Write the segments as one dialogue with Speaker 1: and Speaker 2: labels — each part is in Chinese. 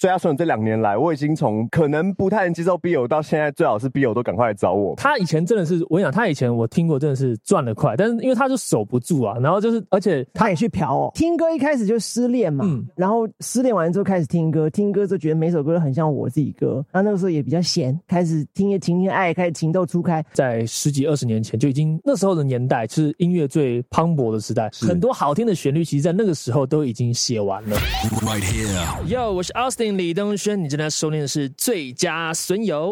Speaker 1: 所以他说你这两年来，我已经从可能不太能接受 B 友，到现在最好是 B 友都赶快来找我。
Speaker 2: 他以前真的是，我跟你讲，他以前我听过真的是赚得快，但是因为他就守不住啊，然后就是，而且
Speaker 3: 他也去嫖哦。听歌一开始就失恋嘛，
Speaker 2: 嗯
Speaker 3: 然后失恋完之后开始听歌，听歌就觉得每首歌都很像我自己歌。那那个时候也比较闲，开始听一些情情爱，开始情窦初开。
Speaker 2: 在十几二十年前就已经那时候的年代，是音乐最磅礴的时代，很多好听的旋律，其实在那个时候都已经写完了。
Speaker 4: Right here.
Speaker 2: Yo，我是 Austin 李东轩，你正在收听的是最佳损友。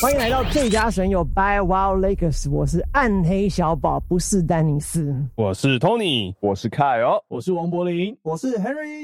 Speaker 3: 欢迎来到最佳损友 By Wild Lakers，我是暗黑小宝，不是丹尼斯。
Speaker 5: 我是 Tony，
Speaker 1: 我是凯哦，
Speaker 6: 我是王柏林，我是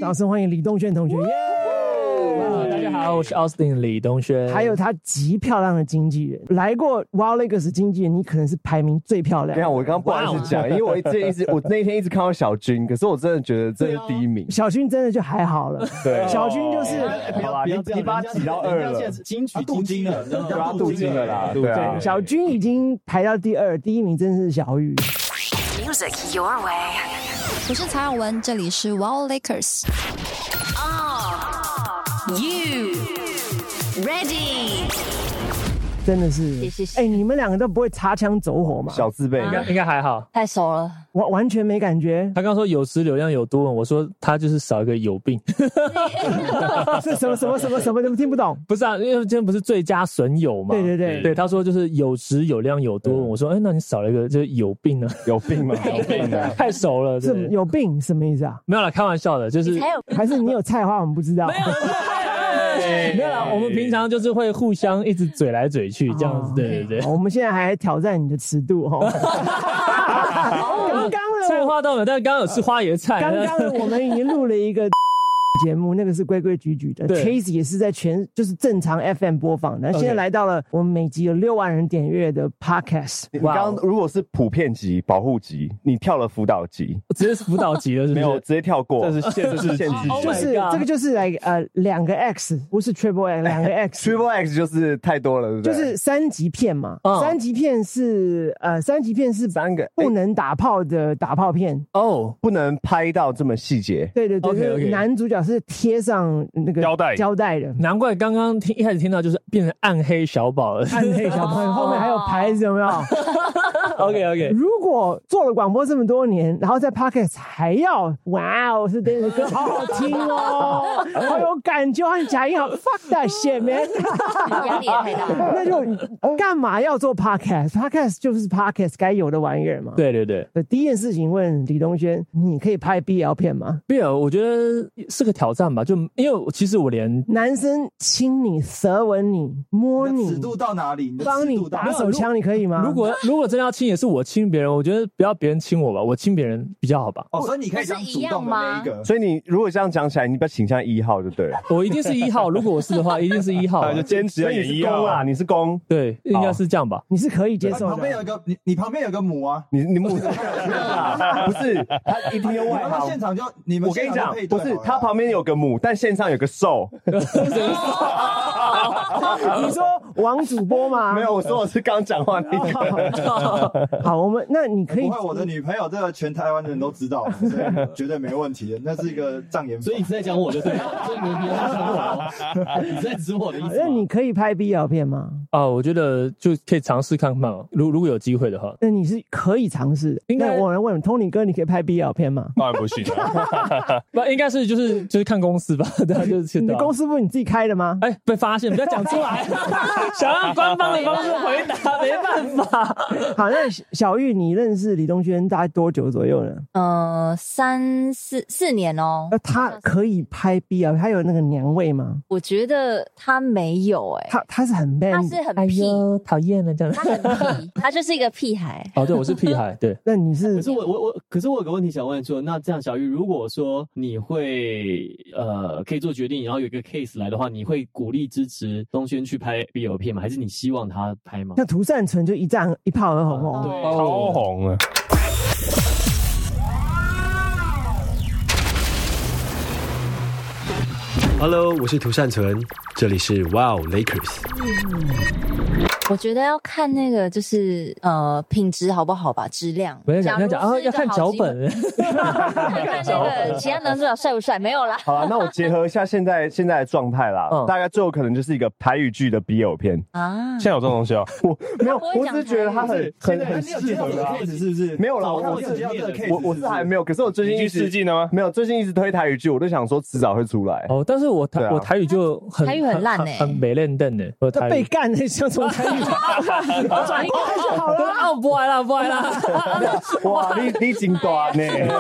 Speaker 3: 掌声欢迎李栋轩同学，耶
Speaker 2: 啊大家好，我是 Austin 李东轩，
Speaker 3: 还有他极漂亮的经纪人，来过 Wild Lakers 经纪人，你可能是排名最漂
Speaker 1: 等一下
Speaker 3: 亮。
Speaker 1: 我刚刚不好意思讲，因为我一直一直我那天一直看到小军，可是我真的觉得这是第一名。
Speaker 3: 小薰真的就还好了，
Speaker 1: 对
Speaker 3: 小薰就是
Speaker 2: 哦
Speaker 1: 好啦你你把它挤到二了
Speaker 6: 金曲镀金了，对
Speaker 1: 对啊，镀金了啦，对啊
Speaker 3: 对，。小军已经排到第二，第一名真是小雨。
Speaker 7: Music your way.
Speaker 8: 我是曹永文，这里是 Wow Lakers。
Speaker 7: You ready?
Speaker 3: 真的是
Speaker 7: 谢谢，谢
Speaker 3: 哎、你们两个都不会擦枪走火嘛？
Speaker 1: 小自备，
Speaker 2: 应该还好。
Speaker 8: 太熟了，
Speaker 3: 完完全没感觉
Speaker 2: ，他刚说有时流量有多稳，我说他就是少一个有病。
Speaker 3: 是什么什么什么什么怎么听不懂？
Speaker 2: 不是啊，因为今天不是最佳损友嘛？
Speaker 3: 对对对
Speaker 2: 对，他说就是有时有量有多
Speaker 3: 嗯
Speaker 2: 稳。我说，哎，那你少了一个，就是有病啊，
Speaker 1: 有病 吗？有病
Speaker 3: 嗯
Speaker 1: 的。
Speaker 2: 太熟了。对
Speaker 3: 是啊有病什么意思啊？
Speaker 2: 没有啦，开玩笑的，就是
Speaker 8: 还有
Speaker 3: 还是你有菜花我们不知道？哎
Speaker 2: 没有啦，我们平常就是会互相一直嘴来嘴去这样
Speaker 3: 哦
Speaker 2: 子。对对对，
Speaker 3: 好我们现在还挑战你的尺度哦。刚刚
Speaker 2: 菜
Speaker 3: 的我
Speaker 2: 花到了，但是刚刚有吃花椰菜。
Speaker 3: 刚刚的我们已经录了一个。 节目那个是规规矩矩的
Speaker 2: 对
Speaker 3: ，Chase 也是在全就是正常 FM 播放的，现在
Speaker 2: OK
Speaker 3: 来到了我们每集有六万人点阅的 Podcast，
Speaker 1: 你刚刚如果是普遍级、保护级，你跳了辅导级，
Speaker 2: 直接是辅导级了，是不
Speaker 1: 没
Speaker 2: 是？
Speaker 1: 有直接跳过，
Speaker 5: 这是限制级
Speaker 1: 限制级
Speaker 2: Oh
Speaker 3: 哦就
Speaker 2: my
Speaker 3: 是
Speaker 2: God
Speaker 3: 这个就是来呃两个 X，不是 Triple X，两个 X。
Speaker 1: Triple X 就是太多了，对不
Speaker 3: 就
Speaker 1: 对？
Speaker 3: 是三级片嘛，
Speaker 2: 嗯
Speaker 3: 三级片是呃，三级片是
Speaker 1: 三个哎
Speaker 3: 不能打炮的打炮片，
Speaker 2: 哦，
Speaker 1: 不能拍到这么细节。
Speaker 3: 对对对
Speaker 2: OK，OK，
Speaker 3: 就是男主角是贴上那个
Speaker 5: 胶带
Speaker 3: 胶带的
Speaker 2: 难怪刚刚听一开始听到就是变成暗黑小宝了。
Speaker 3: 暗黑小朋友后面还有牌子有 没有？
Speaker 2: OK OK，
Speaker 3: 如果做了广播这么多年，然后在 Podcast 还要哇哦，是 David 的歌好好听 哦，好有感觉，很假音好 fuck that shit man，
Speaker 8: 压力也太大了。
Speaker 3: 那
Speaker 2: 哦
Speaker 3: 就干嘛要做 Podcast？Podcast 就是 Podcast 该有的玩意儿嘛。。
Speaker 2: 对对对。
Speaker 3: 呃，第一件事情问李东轩，你可以拍 BL 片吗？
Speaker 2: Bill，我觉得是个挑战吧，就因为我其实我连
Speaker 3: 男生亲你、舌吻你、摸
Speaker 6: 你
Speaker 3: 你
Speaker 6: 的、尺度到哪里？你的
Speaker 3: 帮
Speaker 6: 尺
Speaker 3: 你
Speaker 6: 度到哪
Speaker 3: 打
Speaker 6: 里
Speaker 3: 手枪，你可以吗？
Speaker 2: 如果如果真的要亲，也是我亲别人，我觉得不要别人亲我吧，我亲别人比较好吧。
Speaker 6: 哦，所以你可以当主动的那一个。
Speaker 1: 所以你如果这样讲起来，你比较倾向一号就对了。
Speaker 2: 我一定是一号，如果我是的话，一定是一号啊、
Speaker 5: 那就坚持要
Speaker 1: 所以
Speaker 5: 演
Speaker 1: 你
Speaker 5: 一
Speaker 1: 是攻
Speaker 5: 啊
Speaker 1: 啊，！你是攻，
Speaker 2: 对，应该是这样吧。
Speaker 3: 你是可以接
Speaker 6: 那
Speaker 3: 受
Speaker 6: 旁边有
Speaker 3: 的
Speaker 6: 一。个你，你旁边有一个母啊。
Speaker 1: 你你母不是他一听就
Speaker 6: 你
Speaker 1: 外
Speaker 6: 们到
Speaker 1: 行
Speaker 6: 现。场就你们
Speaker 1: 啊我跟你
Speaker 6: 现场
Speaker 1: 讲
Speaker 6: 就配，
Speaker 1: 不
Speaker 6: 对好
Speaker 1: 是
Speaker 6: 了
Speaker 1: 他旁边有个母，但线上有个兽。
Speaker 3: 你说王主播吗？
Speaker 1: 没有，我说我是刚讲话那个。
Speaker 3: 好，我们那你可以
Speaker 6: 不会，我的女朋友这个全台湾人都知道，所以绝对没问题的。那是一个障眼法。
Speaker 9: 所以你是在讲我就对了，所以你不要讲我哦，你是在指我的意思
Speaker 3: 那
Speaker 9: 吗？
Speaker 3: 你可以拍 BL 片吗？
Speaker 2: 啊，我觉得就可以尝试看看嘛，如如果有机会的话，
Speaker 3: 那你是可以尝试。
Speaker 2: 应该
Speaker 3: 那我来问 Tony 哥，你可以拍 BL 片吗？
Speaker 5: 当然不行啊，
Speaker 2: 不应该是就是就是看公司吧， 对啊，就是
Speaker 3: 你的公
Speaker 2: 司。
Speaker 3: 司不是你自己开的吗？
Speaker 2: 哎，被发现，不要讲出来，想让官方的方式回答，没办法。
Speaker 3: 好，那小小玉，你认识李东轩大概多久左右呢？
Speaker 8: 呃，三四四年哦
Speaker 3: 那，他可以拍 BL，他有那个娘味吗？
Speaker 8: 我觉得他没有哎、
Speaker 3: 他他是很 man，
Speaker 8: 他
Speaker 3: 的
Speaker 8: 是很
Speaker 2: 哎
Speaker 8: 屁，，
Speaker 2: 讨厌了这样
Speaker 8: 他。很屁， 他就是一个屁孩。
Speaker 2: 哦，对，我是屁孩，对，
Speaker 3: 那你是
Speaker 9: 可是我我我，可是我有个问题想问说，那这样小玉，如果说你会呃可以做决定，然后有一个 case 来的话，你会鼓励支持东轩去拍 BL 片吗？还是你希望他拍吗？
Speaker 3: 像涂善存就一战一炮而红
Speaker 8: 嗯
Speaker 3: 哦。
Speaker 9: 对
Speaker 5: 超红啊！
Speaker 10: Hello，我是涂善存，这里是 Wow Lakers。
Speaker 8: 我觉得要看那个就是呃品质好不好吧，质量。
Speaker 2: 不要讲，不要讲，
Speaker 8: 假如
Speaker 2: 啊，
Speaker 8: 是一个
Speaker 2: 要看
Speaker 8: 好
Speaker 2: 脚
Speaker 8: 基本
Speaker 2: 本。
Speaker 8: 看那个其他男主角帅不帅？没有啦，
Speaker 1: 好了，那我结合一下现在现在的状态啦，
Speaker 2: 嗯
Speaker 1: 大概最后可能就是一个台语剧的 BL 片。
Speaker 8: 啊
Speaker 5: 现，在有这种东西哦，
Speaker 1: 没有，
Speaker 8: 他不会
Speaker 1: 我
Speaker 8: 讲
Speaker 1: 只是觉得他很很
Speaker 6: 现在
Speaker 1: 很
Speaker 6: 你有
Speaker 1: 适
Speaker 6: 接到
Speaker 1: 合
Speaker 6: 这个
Speaker 1: 啊。
Speaker 6: case 是不是？
Speaker 1: 没有啦，
Speaker 9: 哦
Speaker 1: 我
Speaker 9: 我
Speaker 6: 有接到这个 case，
Speaker 1: 我我是还没有，可是我最
Speaker 5: 你
Speaker 1: 近
Speaker 5: 去
Speaker 1: 一直
Speaker 5: 试镜 了吗？
Speaker 1: 没有，最近一直推台语剧，我都想说迟早会出来。
Speaker 2: 哦，但是我
Speaker 1: 对
Speaker 2: 台
Speaker 1: 啊
Speaker 2: 我台语就很
Speaker 8: 台语很烂欸
Speaker 2: 很没练凳呢。我
Speaker 3: 他
Speaker 2: 台
Speaker 3: 被
Speaker 2: 语
Speaker 3: 干的 像什么台语？转过来就好了。
Speaker 2: 啊，不爱啦，不爱啦，
Speaker 1: 哇，你你真大 呢！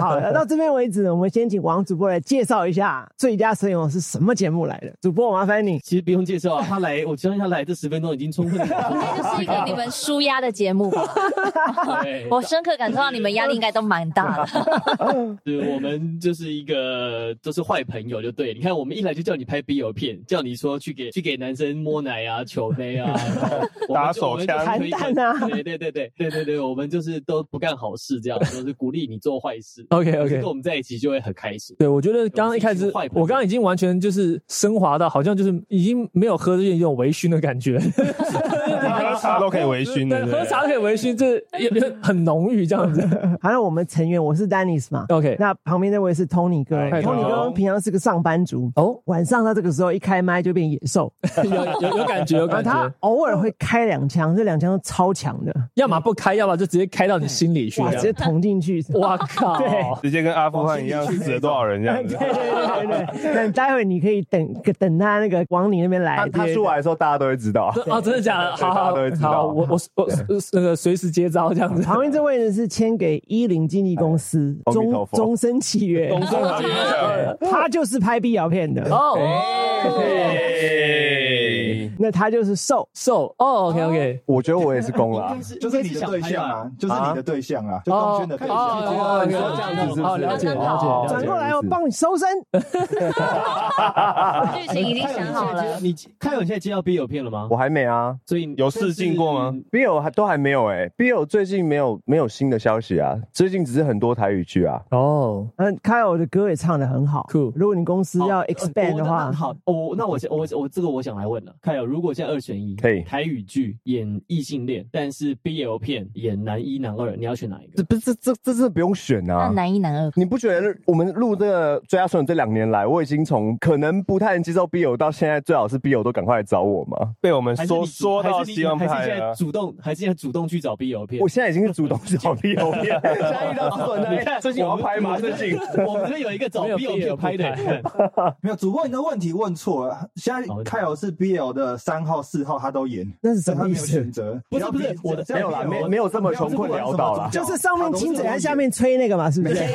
Speaker 3: 好，那到这边为止呢，我们先请王主播来介绍一下《最佳神勇》是什么节目来的。主播，麻烦你。
Speaker 9: 其实不用介绍啊，他来，我相信他来这十分钟已经充分
Speaker 8: 应该 就是一个你们舒压的节目吧。
Speaker 9: 对
Speaker 8: 我深刻感受到你们压力应该都蛮大 的。
Speaker 9: 是我们就是一个都是坏朋友就对了。你看，我们一来就叫你拍 BL 片，叫你说去给去给男生摸奶啊、球杯啊，然后我们就
Speaker 5: 打手枪
Speaker 9: 我们就推
Speaker 3: 谈蛋啊
Speaker 9: 对对对对对对对，我们就是都不干好事，这样都是鼓励你做坏事。
Speaker 2: OK，OK
Speaker 9: 跟我们在一起就会很开心。
Speaker 2: 对，我觉得刚刚一开
Speaker 9: 我
Speaker 2: 始
Speaker 9: 是一个坏，朋友
Speaker 2: 我刚刚已经完全就是升华到好像就是已经没有喝这一种微醺的感觉，
Speaker 5: 喝茶都可以微醺的，
Speaker 2: 对，
Speaker 5: 对不 对
Speaker 2: 喝茶都可以微醺，这也也很浓郁这样子。
Speaker 3: 好，那我们成员，我是丹尼斯嘛。
Speaker 2: OK，
Speaker 3: 那旁边那位是 Tony 哥
Speaker 5: 嗨
Speaker 3: ，Tony 哥
Speaker 5: Tony
Speaker 3: 平常是个上班族，
Speaker 2: 哦，
Speaker 3: 晚上他这个时候一开麦就变野兽，
Speaker 2: 有有有感觉，有
Speaker 3: 然后
Speaker 2: 感
Speaker 3: 他
Speaker 2: 觉，
Speaker 3: 偶尔会开两枪，这两枪都超强的，
Speaker 2: 要么不开，要么就直接开到你心里去
Speaker 3: 哇，
Speaker 2: 这
Speaker 3: 直
Speaker 2: 样
Speaker 3: 接。捅进去。
Speaker 2: 哇靠！
Speaker 3: 对
Speaker 5: 直接跟阿富汗一样死了多少人这样
Speaker 3: 对
Speaker 5: 子。
Speaker 3: 对对对对，但待会你可以等等他那个往你那边来
Speaker 1: 他，他出来的时候，大家都会知道。
Speaker 2: 哦，真的假
Speaker 1: 哎
Speaker 2: 的？
Speaker 1: 对
Speaker 2: 好
Speaker 1: 大家
Speaker 2: 好
Speaker 1: 都会知
Speaker 2: 好，
Speaker 1: 道
Speaker 2: 我我我那个随时接招这样子。
Speaker 3: 旁边这位呢是签给一零经纪公司
Speaker 1: 哎阿弥
Speaker 3: 终
Speaker 1: 陀佛
Speaker 3: 终身契约， 他就是拍 B 摇片的，
Speaker 2: 哦
Speaker 5: 嘿
Speaker 3: 那他就是瘦。
Speaker 2: ，so 哦，OK OK，
Speaker 1: 我觉得我也是攻啦，
Speaker 6: 就是你的对象啊，就是你的对象啊，就
Speaker 2: 哦
Speaker 6: 动圈的对象。
Speaker 2: 哦，
Speaker 9: 你
Speaker 2: 了
Speaker 9: 说这样
Speaker 2: 解
Speaker 9: 子是不是
Speaker 2: 哦，了解
Speaker 8: 刚刚
Speaker 2: 了
Speaker 8: 好
Speaker 2: 解了
Speaker 3: 转
Speaker 2: 解
Speaker 3: 过。来，我哦帮你收身。
Speaker 8: 剧情已经想好了，
Speaker 9: 你看有你现在接到 BL 片了吗
Speaker 1: 我？还没啊。
Speaker 9: 所以你
Speaker 5: 有试镜过吗？
Speaker 1: BL 还都还没有哎、欸、，BL 最近没有没有新的消息啊，最近只是很多台语剧啊。
Speaker 2: 哦，
Speaker 3: 嗯，Kyle 的歌也唱得很好。
Speaker 2: Cool
Speaker 3: 如果你公司要
Speaker 9: 好
Speaker 3: expand 的
Speaker 9: 哦
Speaker 3: 话
Speaker 9: 那，好，哦，那我想我我这个我想来问了，看友，如果现在二选一，
Speaker 1: 可以
Speaker 9: 台语剧演异性恋，但是 BL 片演男一男二，你要选哪一
Speaker 1: 这
Speaker 9: 个？
Speaker 1: 不是这这这真的不用选
Speaker 8: 那
Speaker 1: 啊！
Speaker 8: 男一男二。
Speaker 1: 你不觉得我们录这个《最佳损友》这两年来，我已经从可能不太能接受 BL 到现在，最好是 BL 都赶快来找我吗？
Speaker 5: 被我们
Speaker 9: 还是
Speaker 5: 说
Speaker 9: 你主
Speaker 5: 说到
Speaker 9: 还是你
Speaker 5: 希望啊
Speaker 9: 还是
Speaker 5: 派
Speaker 9: 现在
Speaker 5: 了，
Speaker 9: 主动，还是现在主动去找 BL 片
Speaker 1: 啊我？现在已经是主动 找 BL 片，现 在遇到制作人
Speaker 9: 你
Speaker 1: 在
Speaker 9: 看
Speaker 1: 哎最近我要拍吗？
Speaker 9: 我们
Speaker 1: 最近
Speaker 9: 我们这边有一个找
Speaker 2: 没有
Speaker 9: BL 片拍的，你看
Speaker 6: 没有，主播你的问题问错了。现在凯尔是 BL 的三号、四号，他都演，
Speaker 3: 那是什
Speaker 6: 但他
Speaker 3: 么意
Speaker 6: 没有选
Speaker 3: 思？
Speaker 6: 择。
Speaker 9: 不是不
Speaker 6: 只
Speaker 9: 是
Speaker 6: 要 BL
Speaker 9: 我的
Speaker 6: 只要
Speaker 1: 没有啦，
Speaker 6: BL
Speaker 1: 没没有这么穷困潦倒啦。
Speaker 3: 就是上面亲嘴，
Speaker 6: 他都
Speaker 3: 在
Speaker 6: 是
Speaker 3: 下面吹那个嘛，是不是？
Speaker 1: 啊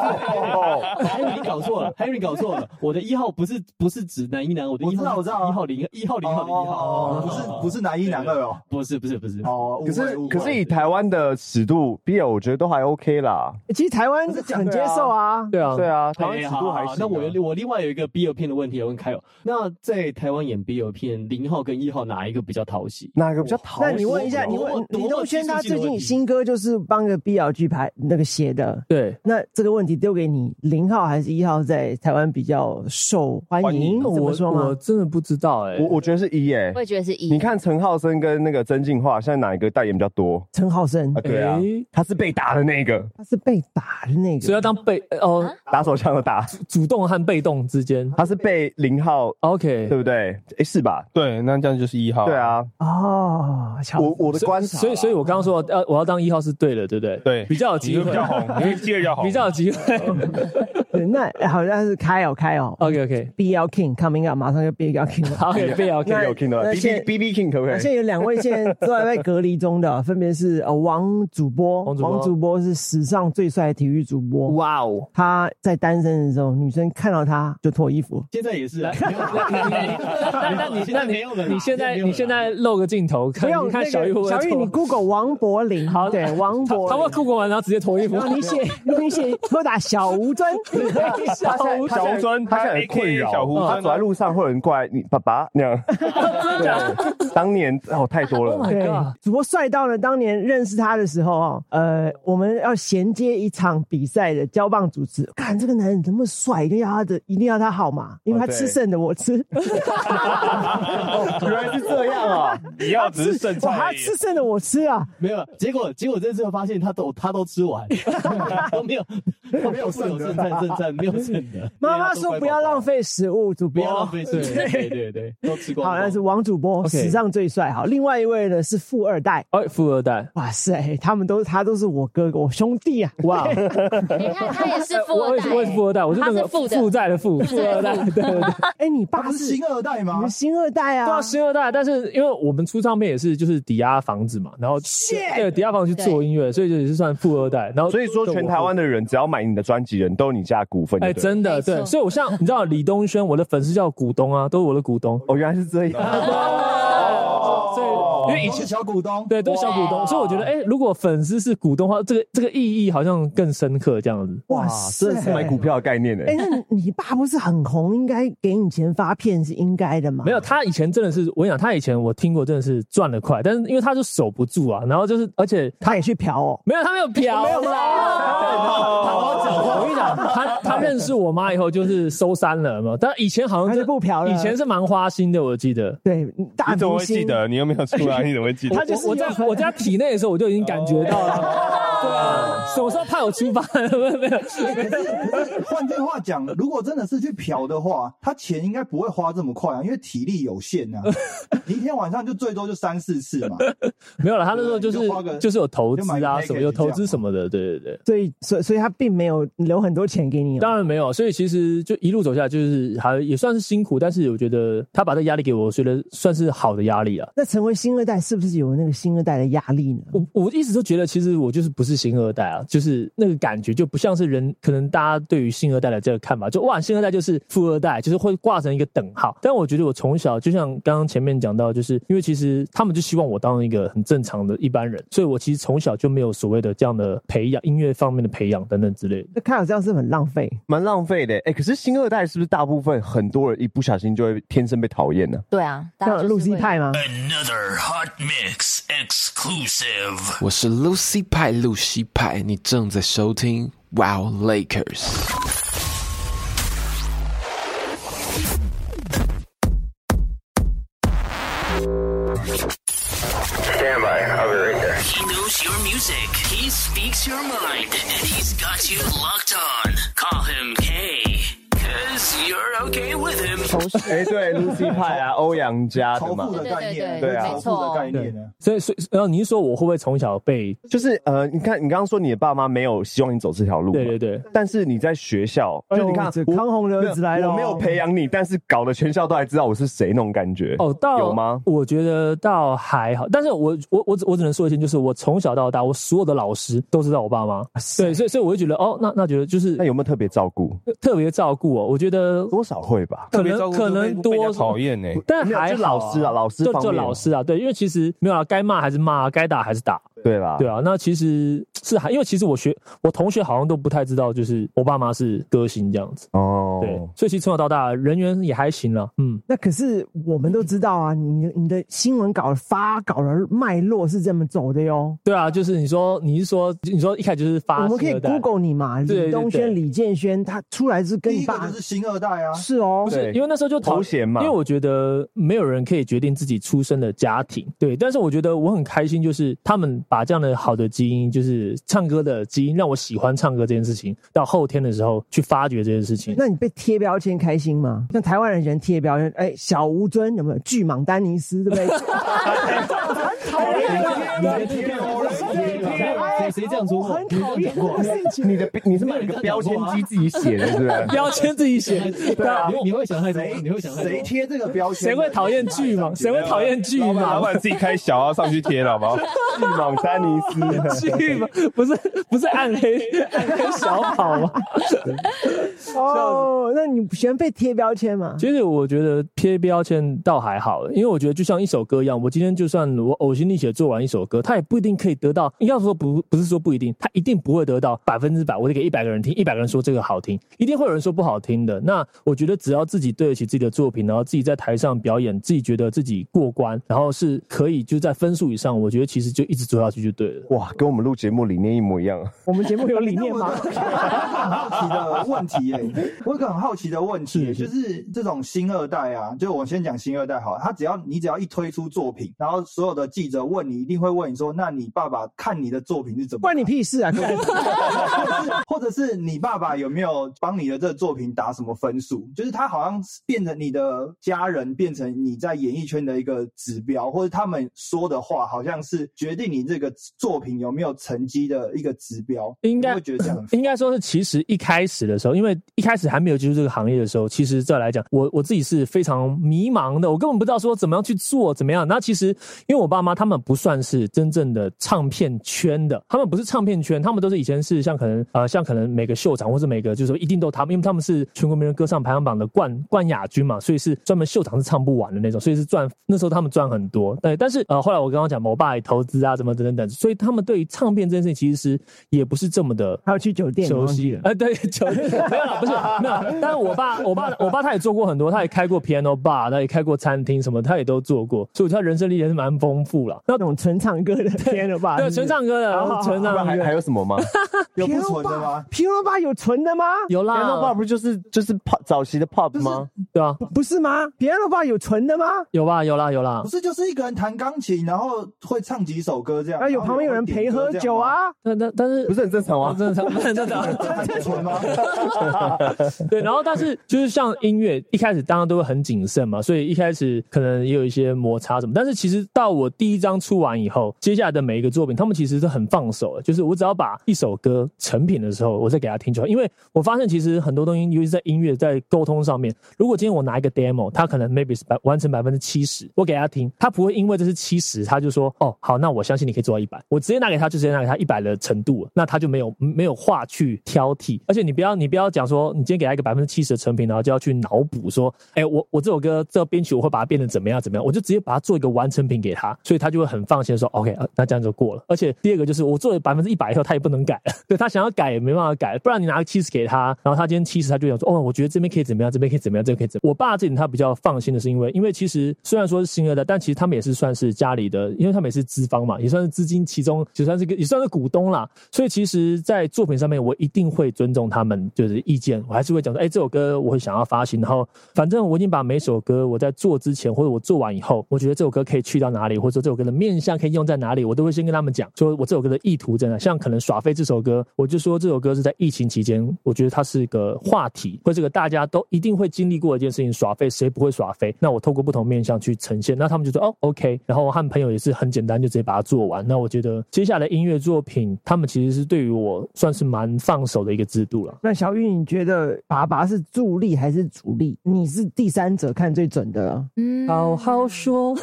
Speaker 1: 哦
Speaker 9: ，Harry 你搞错了，Harry 你搞错了，我的一号不是不是指男一男，我的一
Speaker 6: 我
Speaker 9: 号
Speaker 6: 知道我知道
Speaker 9: 一号零一号零号零一号，
Speaker 6: 哦，不是不是男一男二哦，
Speaker 9: 不是不是不是，
Speaker 6: 哦，误
Speaker 1: 可
Speaker 6: 会
Speaker 1: 是
Speaker 6: 误会
Speaker 1: 可是以台湾的尺度，BL 我觉得都还 OK 啦。
Speaker 3: 其实台湾很接受啊。
Speaker 2: 对啊，
Speaker 1: 对
Speaker 2: 啊，
Speaker 1: 啊，台湾
Speaker 9: 哎
Speaker 1: 尺
Speaker 9: 好
Speaker 1: 度
Speaker 9: 好
Speaker 1: 还行
Speaker 9: 好
Speaker 1: 啊。
Speaker 9: 那我有我另外有一个 BL 片的问题要问凯友，那在台湾演 BL 片，零号跟一号哪一个比较讨喜？
Speaker 1: 哪个比较讨喜？
Speaker 3: 那你问一下，
Speaker 1: 啊
Speaker 9: 多
Speaker 3: 你问
Speaker 9: 多
Speaker 3: 李东轩，他最
Speaker 9: 技术性的问
Speaker 3: 近
Speaker 9: 题
Speaker 3: 新歌就是帮个 BL 剧拍那个写的。
Speaker 2: 对，
Speaker 3: 那这个问题丢给你，零号还是一号在台湾比较受欢
Speaker 5: 欢
Speaker 3: 迎？
Speaker 5: 迎
Speaker 3: 怎么
Speaker 2: 我
Speaker 3: 说
Speaker 2: 啊我
Speaker 3: 吗？
Speaker 2: 真的不知道哎，
Speaker 1: 我我觉得是一耶、
Speaker 8: 我也觉得是一。
Speaker 1: 你看陈浩生跟那个曾静华，现在哪一个代言比较多
Speaker 3: 陈浩生
Speaker 1: 啊？，对啊，
Speaker 2: 哎
Speaker 1: 他是被打的那个，
Speaker 3: 他是被打的那
Speaker 2: 所以
Speaker 3: 个
Speaker 2: 要。当被哦
Speaker 1: 打手枪的打，
Speaker 2: 主动和被动之
Speaker 3: 啊
Speaker 2: 间
Speaker 1: 他是被零号，
Speaker 2: ，OK，
Speaker 1: 对不对？哎、是吧？
Speaker 5: 对，那这样就是一号。
Speaker 1: 对，啊，
Speaker 3: 哦，巧
Speaker 1: 我我的观察啦，
Speaker 2: 所以所以我刚刚说呃我要当一号是对的，对不对？
Speaker 5: 对
Speaker 2: 比较有
Speaker 5: 你
Speaker 2: 机
Speaker 5: 就
Speaker 2: 会，
Speaker 5: 比较红，你接着较 红，
Speaker 2: 比较有机会。
Speaker 3: 对那啊好像是开哦开哦
Speaker 2: OK OK，
Speaker 3: ，BL King coming up，马上就 BL King 了。
Speaker 2: 好，可以被 OK，
Speaker 1: 可以有 King 的
Speaker 3: 那
Speaker 1: 吧
Speaker 3: 现
Speaker 1: 啊，B B B B King 可不可
Speaker 3: 那现
Speaker 1: 以？
Speaker 3: 在有两位现在都还在隔离中的，分别是呃王主播，
Speaker 2: 王主播
Speaker 3: 是史上最帅的体育主播。
Speaker 2: 哇哦，
Speaker 3: 他在单身的时候，女生看到他就脱衣服。
Speaker 9: 现在也是啊，没有那
Speaker 2: 那你
Speaker 9: 那没有了啦，
Speaker 2: 你现在
Speaker 9: 没有了啦
Speaker 2: 你现在露个镜头，看你看
Speaker 3: 那个
Speaker 2: 小玉会不会
Speaker 3: 小玉，你 Google 王柏林，
Speaker 2: 好
Speaker 3: 对，王
Speaker 2: 他会
Speaker 3: 柏 林。
Speaker 2: 酷过完然后直接脱衣服
Speaker 3: 然。后你写，你写，拨打小吴尊，
Speaker 1: 是他
Speaker 2: 小
Speaker 1: 现
Speaker 2: 吴
Speaker 1: 在
Speaker 5: 小吴尊
Speaker 1: 他现在
Speaker 5: 他
Speaker 1: 很困
Speaker 5: AKA
Speaker 1: 扰，啊
Speaker 5: 小吴尊
Speaker 1: 他走在路上会有人过来，你爸爸那 样。对，当年哦太多
Speaker 2: Oh
Speaker 1: 了，
Speaker 3: 对
Speaker 2: God，
Speaker 3: 主播帅到呢，当年认识他的时候哦，呃，我们要衔接一场比赛的交棒主持，看这个男人怎么帅，一定要他的，一定要他好嘛，因为他
Speaker 1: 哦对
Speaker 3: 吃剩的我吃，
Speaker 1: 哦原来是这样啊！
Speaker 5: 你要只是剩
Speaker 3: 哇，
Speaker 5: 菜
Speaker 3: 他
Speaker 5: 而已
Speaker 3: 吃。剩的我吃啊，
Speaker 9: 没有，结果结果这次发现他都他都吃完，都没有都没有剩剩菜剩菜没有剩的。
Speaker 3: 妈妈说不要浪，费食物，主
Speaker 9: 不
Speaker 3: 播
Speaker 9: 要浪费，对对对对，都吃光
Speaker 3: 好，
Speaker 9: 光。
Speaker 3: 那是王主播
Speaker 2: OK
Speaker 3: 史上最帅。好，另外一位呢是富二代，
Speaker 2: 哎，富二代，
Speaker 3: 哇塞，他们都他都是我哥哥，我兄弟啊，
Speaker 2: 哇，
Speaker 4: 你看他也是富
Speaker 2: 我
Speaker 4: 二
Speaker 2: 也是我也是富
Speaker 4: 代，
Speaker 2: 二代，我是那
Speaker 4: 他
Speaker 2: 个
Speaker 4: 是富的
Speaker 2: 负债的富，富二代，对对对。
Speaker 3: 哎，你
Speaker 6: 他
Speaker 3: 爸
Speaker 6: 不
Speaker 3: 是
Speaker 6: 是星二代
Speaker 3: 你
Speaker 6: 吗
Speaker 3: 们？星二代
Speaker 2: 对
Speaker 3: 啊
Speaker 2: 啊，，星二代，但是因为我们出唱片也是就是抵押房子嘛，然后
Speaker 3: Shit！
Speaker 2: 对抵押房子去做音乐，所以就也是算富二代。然后
Speaker 1: 所以说，全台湾的人只要买你的专辑，人都有你家的股份。
Speaker 2: 哎、
Speaker 1: 哎，真
Speaker 2: 真的
Speaker 4: 没错
Speaker 2: 对，所以我像你知道李东轩，我的粉丝叫股东啊，都是我的股东。
Speaker 1: 哦，原来是这 样。
Speaker 2: 哦，所以因为以
Speaker 6: 都是
Speaker 2: 前
Speaker 6: 小股东，
Speaker 2: 对都是小股东，所以我觉得哎、如果粉丝是股东的话，这个这个意义好像更深刻这样子。
Speaker 3: 哇
Speaker 1: 啊，真的是买股票的概念呢
Speaker 3: 哎、。那你你爸不是很红，应该给你钱发片是应该的嘛？
Speaker 2: 没有，他以前真的是，我跟你讲，他以前我听过真的是赚得快，但是因为他就守不住啊，然后就是而且
Speaker 3: 他也去嫖哦。
Speaker 2: 没有，他没有嫖，没有我跟你讲， 他他认识我妈以后就是收山了嘛，但以前好像
Speaker 3: 他
Speaker 2: 是
Speaker 3: 就不嫖了
Speaker 2: 以前是蛮花心的，我记得。
Speaker 3: 对，大
Speaker 5: 你怎么
Speaker 3: 明
Speaker 5: 会记
Speaker 3: 星，
Speaker 5: 得？你又没有出来，你怎么会记得？
Speaker 3: 他就是
Speaker 2: 我我在
Speaker 3: 有很
Speaker 2: 我在他体内的时候，我就已经感觉 到了。对啊，什么时候怕有出发？ 没有没有，
Speaker 6: 可是换句话讲，如果真的是去嫖的话，他钱应该不会花这么快啊，因为体力有限啊。你一天晚上就最多就三四次嘛。
Speaker 2: 没有了。他那时候 就
Speaker 6: 就花个
Speaker 2: 是就是有投资
Speaker 6: 就买
Speaker 2: 啊，
Speaker 6: 个
Speaker 2: 什么有
Speaker 6: package
Speaker 2: 投资什么的，对对对。
Speaker 3: 所以所以所以他并没有留很多钱给你、哦。
Speaker 2: 当然没有，所以其实就一路走下来，就是还也算是辛苦，但是我觉得他把这压力给我，我觉得算是好的压力啊。
Speaker 3: 那成为星二代是不是有那个星二代的压力呢？
Speaker 2: 我我一直都觉得，其实我就是不是星二代啊，就是那个感觉就不像是人，可能大家对于星二代的这个看法，就哇，星二代就是富二代，就是会挂成一个等号。但我觉得我从小就像刚刚前面讲到，就是因为其实他们就希望我当一个很正常的一般人，所以我其实从小就没有所谓的这样的培养，音乐方面的培养等等之类的。
Speaker 3: 那看好像是很浪费。
Speaker 1: 蛮浪费的。哎，可是星二代是不是大部分很多人一不小心就会天生被讨厌呢？
Speaker 8: 对啊，大家
Speaker 3: 像
Speaker 8: 就是会
Speaker 3: Lucy 派吗？
Speaker 10: Another hot mix exclusive.
Speaker 11: 我是 Lucy 派，露西派，你正在收听 Wow Lakers。
Speaker 10: He knows your music. He speaks your mind. And he's got you locked on. Call him K. Cause you're okay with him.
Speaker 1: 哎， 对，Lucy 派啊，欧阳家的
Speaker 6: 仇
Speaker 1: 嘛
Speaker 6: 富。的概念，
Speaker 1: 对对对对
Speaker 6: 仇富的概念呢？
Speaker 2: 所以所以，然后你是说我会不会从小被？
Speaker 1: 就是呃，你看，你刚刚说你的爸妈没有希望你走这条路，
Speaker 2: 对对。对。
Speaker 1: 但是你在学校，
Speaker 3: 哎呦
Speaker 1: 就你看
Speaker 3: 这
Speaker 1: 我
Speaker 3: 康宏的儿子来了哦
Speaker 1: 我没有培养你，但是搞得全校都还知道我是谁那种感觉。
Speaker 2: 哦，到
Speaker 1: 有吗？
Speaker 2: 我觉得倒还好，但是我我我只我只能说一件，就是我从小到大，我所有的老师都知道我爸妈，对，所以所以我就觉得，哦，那那觉得就是
Speaker 1: 那有没有特别照顾？
Speaker 2: 特别照顾我，我觉得
Speaker 1: 多少会吧。
Speaker 2: 可
Speaker 5: 特别照
Speaker 2: 能
Speaker 5: 顾
Speaker 2: 可
Speaker 5: 就被
Speaker 2: 能
Speaker 5: 被人
Speaker 2: 多
Speaker 5: 家讨厌欸呢。
Speaker 2: 但
Speaker 1: 没有
Speaker 2: 还
Speaker 1: 就
Speaker 2: 好
Speaker 1: 老师啊老师
Speaker 2: 就
Speaker 1: 方
Speaker 2: 就
Speaker 1: 面
Speaker 2: 老师啊，对，因为其实没有啊，该骂还是骂，该打还是打，
Speaker 1: 对啦，
Speaker 2: 对啊，那其实是还因为其实我学我同学好像都不太知道，就是我爸妈是歌星这样子，
Speaker 1: 哦，
Speaker 2: 对，所以其实从小到大人缘也还行了，嗯。
Speaker 3: 那可是我们都知道啊，你你的新闻稿发稿的脉络是这么走的哟。
Speaker 2: 对啊，就是你说，你是说，你说一开始就是发
Speaker 3: 我们可以
Speaker 2: 新二代
Speaker 3: Google 你嘛，
Speaker 2: 对对
Speaker 3: 李
Speaker 2: 对
Speaker 3: 东轩、李建轩，他出来是跟
Speaker 6: 第
Speaker 3: 你
Speaker 6: 一个
Speaker 3: 爸
Speaker 6: 就是星二代啊，
Speaker 3: 是哦
Speaker 2: 不，是
Speaker 1: 对
Speaker 2: 因为那时候就讨
Speaker 1: 头衔嘛
Speaker 2: 因为我觉得没有人可以决定自己出生的家庭，对。但是我觉得我很开心，就是他们把这样的好的基因，就是唱歌的基因，让我喜欢唱歌这件事情，到后天的时候去发掘这件事情。
Speaker 3: 那你被贴标签开心吗？像台湾人喜欢贴标签，哎，小吴尊有没有？巨蟒丹尼斯，对不对？讨厌
Speaker 9: 谁谁这样说
Speaker 3: 我
Speaker 9: 过？
Speaker 3: 很讨厌这个事 情。
Speaker 1: 你的你是买个标签机自己写的，是不 是？
Speaker 2: 标签自己写，
Speaker 9: 对啊，你你会想太多，
Speaker 6: 谁
Speaker 9: 你会想太
Speaker 6: 谁
Speaker 9: 多。
Speaker 6: 贴这个标签？
Speaker 2: 谁会讨厌巨蟒？谁会讨厌巨
Speaker 5: 老板 老
Speaker 2: 蟒？
Speaker 5: 板自己开小号上去贴了，好 不好？
Speaker 1: 巨蟒丹尼斯，
Speaker 2: 巨蟒不是不是暗黑暗黑小跑吗？
Speaker 3: 哦，那你喜欢被贴标签吗？
Speaker 2: 其实我觉得贴标签倒还好，因为我觉得就像一首歌一样，我今天就算我呕心沥血做完一首歌，它也不一定可以得到，应该说不不是说不一定，它一定不会得到百分之百。我得给一百个人听，一百个人说这个好听，一定会有人说不好听的。那我觉得只要自己对得起自己的作品，然后自己在台上表演，自己觉得自己过关，然后是可以就在分数以上，我觉得其实就一直做下去就对了。
Speaker 1: 哇，跟我们录节目理念一模一 样。
Speaker 3: 我们节目有理念 吗？
Speaker 6: 好奇的问题耶、我有个很好奇的问题、就是这种新二代啊，就我先讲新二代好了，他只要你只要一推出作品，然后所有的记者问你，一定会问你说，那你爸爸看你的作品是怎么？
Speaker 3: 关你屁事啊！
Speaker 6: 或者是你爸爸有没有帮你的这个作品打什么分数？就是他好像变成你的家人，变成你在演艺圈的一个指标，或者他们说的话，好像是决定你这个作品有没有成绩的一个指标。
Speaker 2: 应
Speaker 6: 你
Speaker 2: 该
Speaker 6: 会觉得这样很
Speaker 2: 呃应该说是，其实一开始的时候，因为一开始还没有接触这个行业的时候，其实再来讲，我我自己是非常迷茫的，我根本不知道说怎么样去做，怎么样。那其实因为我爸妈他们不算是真正的唱片圈的，他们不是唱片圈，他们都是以前是像可能呃像可能每个秀场或者每个就是说一定都他们，因为他们是全国名人歌唱排行榜的冠冠亚军嘛，所以是专门秀场是唱不完的那种，所以是赚那时候他们赚很多。对，但是呃后来我刚刚讲嘛，我爸也投资啊，怎么等等等，所以他们对于唱片这件事情其实是也不是这么的
Speaker 3: 还有去酒店
Speaker 2: 熟
Speaker 3: 忘记
Speaker 2: 悉
Speaker 3: 了
Speaker 2: 啊，对， 酒店没有了，不是没有。但是我爸，我爸，我爸他也做过很多，他也开过 piano bar，他也开过餐厅什么，他也都做过，所以他人生历练是蛮丰富了。
Speaker 3: 那种纯唱歌的天了吧？
Speaker 2: 对，
Speaker 3: 是不
Speaker 2: 纯
Speaker 3: 是
Speaker 2: 唱歌
Speaker 3: 好好
Speaker 2: 的，
Speaker 3: 好
Speaker 2: 纯
Speaker 1: 不
Speaker 2: 唱
Speaker 1: 然还
Speaker 2: 歌
Speaker 1: 还有什么 吗？
Speaker 6: 有不纯的吗？
Speaker 3: Piano Bar 有纯的吗？
Speaker 2: 有啦
Speaker 1: Piano Bar 哎不就是就是 pop 早期的 pop 吗？
Speaker 2: 对啊，
Speaker 3: 不是吗？Piano Bar 有纯的吗？
Speaker 2: 有吧，有啦，有啦
Speaker 6: 不。是，就是一个人弹钢琴，然后会唱几首歌这样。
Speaker 3: 啊，有旁边有人陪喝酒，啊？
Speaker 2: 但但但是啊
Speaker 1: 不是很正常吗？啊
Speaker 2: 真的， 真的，真的。
Speaker 6: 这很纯吗？
Speaker 3: 啊
Speaker 2: 对，然后但是就是像音乐一开始当然都会很谨慎嘛，所以一开始可能也有一些摩擦什么。但是其实到我第一张出完以后，接下来的每一个作品，他们其实是很放手的，就是我只要把一首歌成品的时候，我再给他听就好。因为我发现其实很多东西，尤其是在音乐在沟通上面，如果今天我拿一个 demo，他可能 maybe 是百完成百分之七十，我给他听，他不会因为这是七十，他就说哦好，那我相信你可以做到一百，我直接拿给他就直接拿给他一百的程度了，那他就没有没有话去挑剔。而且你不要你不要讲说你今天给他一个百分之七十的成品，然后就要去脑补说，哎、我我这首歌这编曲我会把它变得怎么样怎么样，我就直接把它做一个完成品给他，所以他就会很放心的说 OK，、呃、那这样就过了。而且第二个就是我做了百分之一百以后，他也不能改了，对他想要改也没办法改，不然你拿个七十给他，然后他今天七十，他就想说哦，我觉得这边可以怎么样，这边可以怎么样，这边可以怎么样。我爸这点他比较放心的是因为，因为其实虽然说是新二代，但其实他们也是算是家里的，因为他们也是资方嘛，也算是资金其中，也算是个也算是股东啦。所以其实，在作品上面，我一定会尊重他们就是意见，我还是会讲说，哎、这首歌我会想要发行，然后反正我已经把每首歌我在做之前或者我做完以后，我觉得这首歌可以去到哪里，或者说这首歌的面向可以用在哪里，我都会先跟他们讲，说我这首歌的意图在哪。像可能耍飞这首歌，我就说这首歌是在疫情期间，我觉得它是一个话题，或者这个大家都一定会经历过的一件事情，耍飞谁不会耍飞？那我透过不同面向去呈现，那他们就说哦 OK，然后我和朋友也是很简单就直接把它做完。那我觉得接下来的音乐作品，他们其实是对于我算是蛮放手的一个制度了。
Speaker 3: 那小玉，你觉得爸爸是助力还是主力？你是第三者看最准的了，
Speaker 8: 嗯，
Speaker 2: 好好说，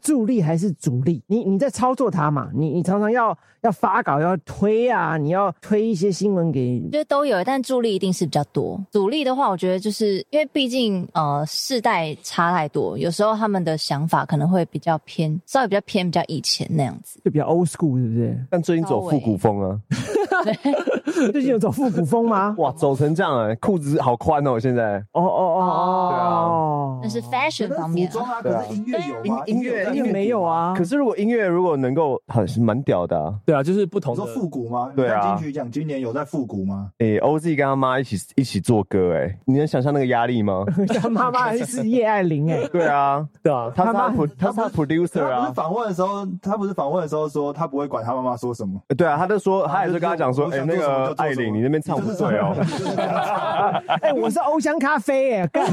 Speaker 3: 助力还是主力？你你在操作它嘛？你你常常要要发稿，要推啊，你要推一些新闻给
Speaker 8: 我觉得都有，但助力一定是比较多。阻力的话，我觉得就是因为毕竟呃世代差太多，有时候他们的想法可能会比较偏，稍微比较偏比较以前那样子。
Speaker 3: 就比较 old school，是不 是？
Speaker 1: 但最近走复古风啊，
Speaker 3: 最近有走复古风吗？
Speaker 1: 哇，走成这样哎、裤子好宽哦，现在。
Speaker 3: 哦哦哦哦，
Speaker 8: 但是 fashion
Speaker 6: 可
Speaker 8: 方
Speaker 6: 是服
Speaker 8: 面
Speaker 6: 装
Speaker 8: 啊、
Speaker 6: 啊，可是音乐有吗？
Speaker 1: 音音乐
Speaker 6: 有
Speaker 3: 因
Speaker 6: 在
Speaker 3: 为没有啊
Speaker 1: 可。是如果音乐如果能够很是蛮屌的、啊，
Speaker 2: 对啊，就是不同
Speaker 6: 你
Speaker 2: 的
Speaker 6: 说复古吗？
Speaker 1: 对啊
Speaker 6: 你看金曲奖今年有在复古吗？
Speaker 1: 诶、o z 跟他妈一起一起做歌、哎，你能想象那个压力 吗？
Speaker 3: 他 妈妈还是叶爱玲哎、
Speaker 1: 对啊，
Speaker 2: 对啊，
Speaker 1: 他是
Speaker 3: 他
Speaker 1: 他
Speaker 3: 妈
Speaker 1: pro, 他是他 producer
Speaker 6: 他不是
Speaker 1: 啊，
Speaker 6: 访问的时候，他不是访问的时候说他不会管他妈妈说什么。
Speaker 1: 对啊，他就说，他也
Speaker 6: 哦就是是
Speaker 1: 跟他讲说，
Speaker 6: 我
Speaker 1: 哎、
Speaker 6: 想
Speaker 1: 那
Speaker 6: 做什么
Speaker 1: 个
Speaker 6: 就做
Speaker 1: 艾
Speaker 6: 什么，
Speaker 1: 琳，你那边唱不对哦。
Speaker 3: 哎、我是欧香咖啡哎、干。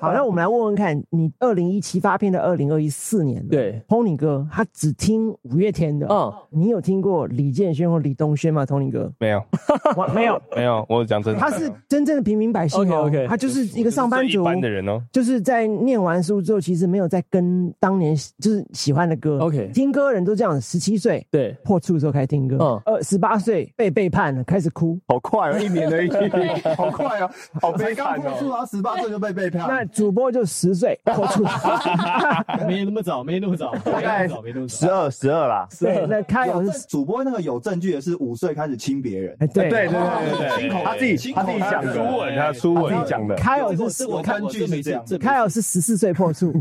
Speaker 3: 好，那我们来问问看，你二零一七发片的二零二一四年，
Speaker 2: 对啊
Speaker 3: ，Tony 哥他只听五月天的，嗯，你有听过李健轩或李东轩吗？Tony 哥，
Speaker 5: 没有，
Speaker 3: 我没有，
Speaker 5: 没有，我讲真的，
Speaker 3: 他是真正的平民百姓哦
Speaker 5: OK，OK
Speaker 3: 他就是一个上班
Speaker 5: 一
Speaker 3: 族，
Speaker 5: 般的人哦。
Speaker 3: 就是在念完书之后，其实没有再跟当年喜就是喜欢的歌。
Speaker 2: OK
Speaker 3: 听歌的人都这样，十七岁
Speaker 2: 对
Speaker 3: 破处的时候开始听歌，
Speaker 2: 嗯
Speaker 3: 呃，十八岁被背叛了，开始哭，
Speaker 1: 好快哦，一年而已
Speaker 6: 好快哦，
Speaker 1: 好
Speaker 6: 才
Speaker 1: 悲
Speaker 6: 刚
Speaker 1: 惨
Speaker 6: 破处，
Speaker 1: 哦。
Speaker 6: 然后十八岁就被背叛。
Speaker 3: 那主播就十岁破处，
Speaker 9: 没那么早，没那么早，没那么早，没那么早。
Speaker 1: 十二十二啦，
Speaker 3: 对，那开老
Speaker 6: 有
Speaker 3: 师
Speaker 6: 证主播那个有证据的是五岁开始亲别人，
Speaker 3: 哎
Speaker 1: 对对
Speaker 3: 对
Speaker 1: 对对对，他自己他自己讲的，
Speaker 5: 初吻他初
Speaker 1: 他
Speaker 5: 吻
Speaker 1: 自己讲的，
Speaker 3: 开老师
Speaker 9: 这个这个我看
Speaker 6: 有
Speaker 9: 过，
Speaker 6: 根据
Speaker 9: 这没
Speaker 6: 是这样
Speaker 9: 这没
Speaker 3: 开老师十四岁破处。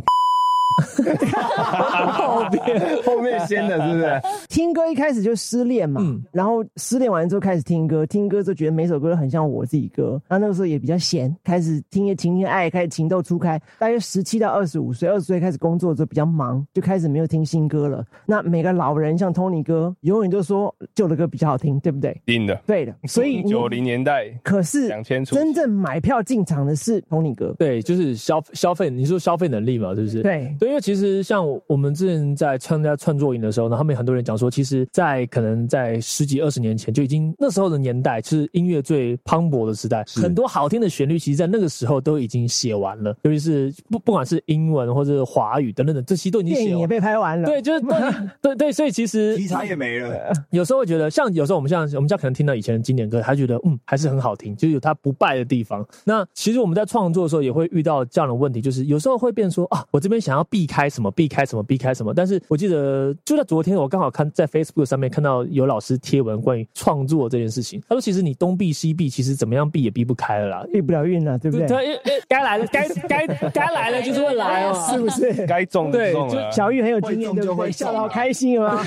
Speaker 2: 后边
Speaker 1: 后面先的是不是？
Speaker 3: 听歌一开始就失恋嘛，
Speaker 2: 嗯
Speaker 3: 然后失恋完之后开始听歌，听歌就觉得每首歌都很像我自己歌。那那个时候也比较闲，开始听一些情情爱，开始情窦初开。大约十七到二十五岁，二十岁开始工作之后比较忙，就开始没有听新歌了。那每个老人像 Tony 哥，永远都说旧的歌比较好听，对不对？
Speaker 5: 定的。
Speaker 3: 对的，所以你
Speaker 5: 九零年代
Speaker 3: 可是
Speaker 5: 2000初
Speaker 3: 真正买票进场的是 Tony 哥，
Speaker 2: 对，就是消消费，你说消费能力嘛，是不是？
Speaker 3: 对
Speaker 2: 对，因为其实像我们之前在参加创作营的时候呢，他们有很多人讲说，其实，在可能在十几二十年前就已经那时候的年代，就是音乐最磅礴的时代，很多好听的旋律，其实在那个时候都已经写完了，尤其是不不管是英文或者是华语等等等，这些都已经
Speaker 3: 电
Speaker 2: 写
Speaker 3: 影也
Speaker 2: 完。
Speaker 3: 被拍完了，
Speaker 2: 对，就是都已 经对对，所以其实
Speaker 6: 题材也没了，
Speaker 2: 有时候会觉得，像有时候我们像我们家可能听到以前的经典歌，他觉得嗯还是很好听，就是有它不败的地方。那其实我们在创作的时候也会遇到这样的问题，就是有时候会变说啊，我这边想要避开什么，避开什么，避开什么。但是我记得就在昨天，我刚好看在 Facebook 上面看到有老师贴文关于创作这件事情，他说其实你东避西避，其实怎么样避也避不开了啦。
Speaker 3: 避不了运了，对不
Speaker 2: 对，
Speaker 3: 对？
Speaker 2: 因为因为该来的该该该来的就是会来哦，
Speaker 3: 是不 是？
Speaker 5: 该中的
Speaker 2: 对
Speaker 5: 中了，
Speaker 3: 小玉很有经
Speaker 6: 会
Speaker 3: 验，
Speaker 6: 中
Speaker 3: 对
Speaker 6: 就
Speaker 3: 不对？
Speaker 6: 会
Speaker 3: 笑
Speaker 6: 中
Speaker 3: 得好
Speaker 6: 啊
Speaker 3: 开心啊！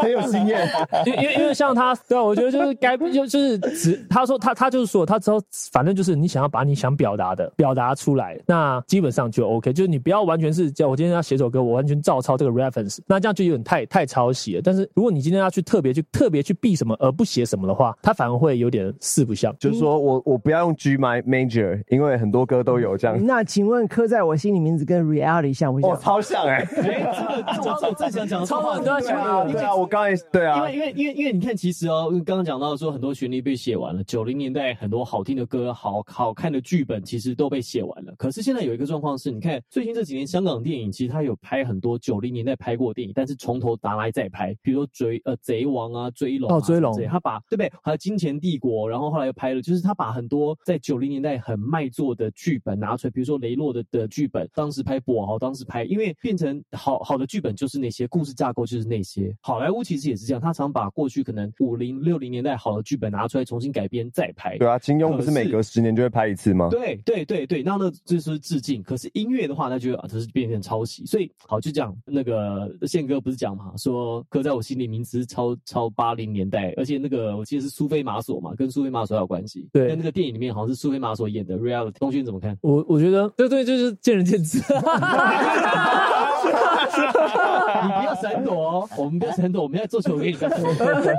Speaker 1: 很有经验，
Speaker 2: 因因因为像他，对啊，我觉得就是该就就是只他说他他就是说他之后反正就是你想要把你想表达的表达出来，那基本上就 OK，就是你不要完全是叫我今天要写首歌，我完全照抄这个 reference，那这样就有点太太抄袭了。但是如果你今天要去特别去特别去避什么而不写什么的话，他反而会有点四不像。
Speaker 1: 就是说我我不要用 G my major，因为很多歌都有这样。
Speaker 6: 嗯
Speaker 3: 那请问刻在我心里名字跟 reality 像不像？
Speaker 1: 哦，超像哎、欸！
Speaker 9: 哎，这个这我我正想讲，
Speaker 2: 超多人都在
Speaker 1: 对
Speaker 2: 想
Speaker 1: 啊，对啊，我刚才对
Speaker 9: 因
Speaker 1: 啊
Speaker 9: 为，因为因为因为你看，其实哦，刚刚讲到说很多旋律被写完了，九零年代很多好听的歌、好好看的剧本其实都被写完了。可是现在有一个状况是，你看最近这几年香港电影，其实它有拍很多九零年代拍过的电影，但是从头拿来再拍，比如说追呃贼王啊、追龙啊
Speaker 2: 哦追龙
Speaker 9: 什么之类他把对不对？还有金钱帝国，然后后来又拍了，就是他把很多在九零年代很卖座的剧本拿出来，比如说雷洛的的剧本，当时拍跛豪，当时拍，因为变成好好的剧本就是那些故事架构就是那些。好莱坞其实也是这样，他常把过去可能五零六零年代好的剧本拿出来重新改编再拍。
Speaker 1: 对啊，金庸不是
Speaker 9: 可
Speaker 1: 每隔十年就会拍一次吗？
Speaker 9: 对对对对，那那就是致敬。可是音乐的话，那就啊，就是变成抄袭。所以好，就讲那个呃宪哥不是讲嘛，说刻在我心里名字是超超八零年代，而且那个我记得是苏菲玛索嘛，跟苏菲玛索有关系。
Speaker 2: 对
Speaker 9: 那那个电影里面好像是苏菲玛索演的《Reality》，东勋怎么 看？
Speaker 2: 我我觉得这对就是见仁见智。
Speaker 9: 你不要闪躲哦，我们不要闪躲，我们要做球给 你看。
Speaker 2: 见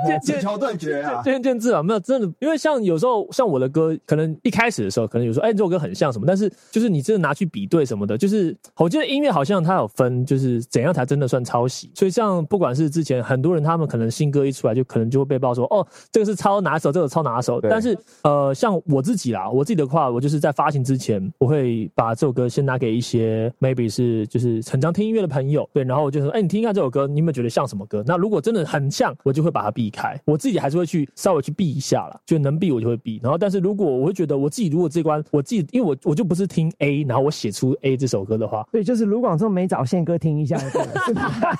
Speaker 2: 见
Speaker 6: 只求对决啊，
Speaker 2: 见仁见智啊，没有真的，因为像有时候像我的歌，可能一开始的时候，可能有时候哎，这首歌很像什么，但是就是你真的拿去比对什么的，就是我记得音乐好像它有分，就是怎样才真的算抄袭。所以像不管是之前很多人他们可能新歌一出来，就可能就会被爆说哦，这个是抄哪首，这个抄哪首。
Speaker 1: 对
Speaker 2: 但是呃，像我自己啦，我自己的话，我就是在发行之前，我会把这首歌先拿给一些 maybe 是就是很常听音乐的朋友，对，然后我就说，哎、你听一下这首歌，你有没有觉得像什么歌？那如果真的很像，我就会把它避开。我自己还是会去稍微去避一下啦，就能避我就会避。然后，但是如果我会觉得我自己如果这关我自己，因为我我就不是听 A，然后我写出 A 这首歌的话，
Speaker 3: 对，就是卢广仲没找宪哥听一下，是吧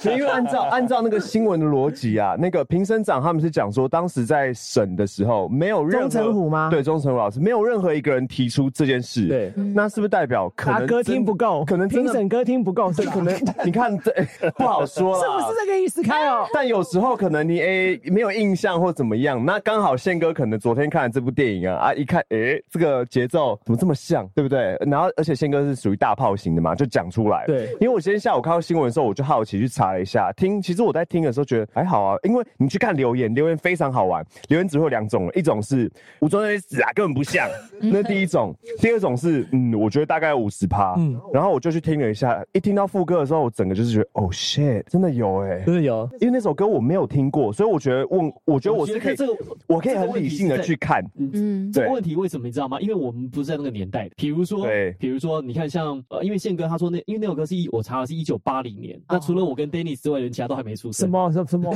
Speaker 1: 所以因为按照按照那个新闻的逻辑啊，那个评审长他们是讲说，当时在审的时候，没有任何
Speaker 3: 钟成虎吗
Speaker 1: 对，钟成虎老师没有任何一个人提出这件事。
Speaker 2: 对，
Speaker 1: 那是不是代表可
Speaker 3: 他
Speaker 1: 能
Speaker 3: 歌
Speaker 1: 真
Speaker 3: 听不够，
Speaker 1: 可能真
Speaker 3: 评
Speaker 1: 的
Speaker 3: 审歌听不 够，是
Speaker 1: 对，
Speaker 3: 吧
Speaker 1: 可能你看这 不好说
Speaker 3: 是
Speaker 1: 啦。
Speaker 3: 不是这个意思？开哦，
Speaker 1: 但有时候可能你诶、没有印象或怎么样，那刚好宪哥可能昨天看了这部电影啊啊，一看诶、这个节奏怎么这么像，对不对？然后而且宪哥是属于大炮型的嘛，就讲出来。
Speaker 2: 对，
Speaker 1: 因为我今天下午看到新闻的时候，我就好奇去查了一下，听。其实我在听的时候觉得还好啊，因为你去看留言，留言非常好玩。留言只会有两种，一种是吴宗宪死啊，根本不 像，那第一种；第二种是嗯，我觉得大概五十趴。
Speaker 2: 嗯
Speaker 1: 然后我就去听了一下，一听到副歌的时候，我整个就是觉得哦 shit，真的有哎、
Speaker 2: 真的有，
Speaker 1: 因为那首歌我没有听过，所以我觉得问，我觉得我
Speaker 9: 觉
Speaker 1: 是
Speaker 9: 得
Speaker 1: 可以，
Speaker 9: 这个
Speaker 1: 我可以
Speaker 9: 这个
Speaker 1: 很
Speaker 9: 问
Speaker 1: 理
Speaker 9: 题
Speaker 1: 性
Speaker 9: 是
Speaker 1: 的
Speaker 9: 在
Speaker 1: 去看。
Speaker 8: 嗯，
Speaker 9: 这个
Speaker 1: 对
Speaker 9: 问题为什么你知道吗？因为我们不是在那个年代的。比如说，比如说，你看像呃，因为宪哥他说那，因为那首歌是一我查了是一九八零年，那除了我跟 Dennis 之外，人其他都还没出生。
Speaker 3: 什么什么什 么？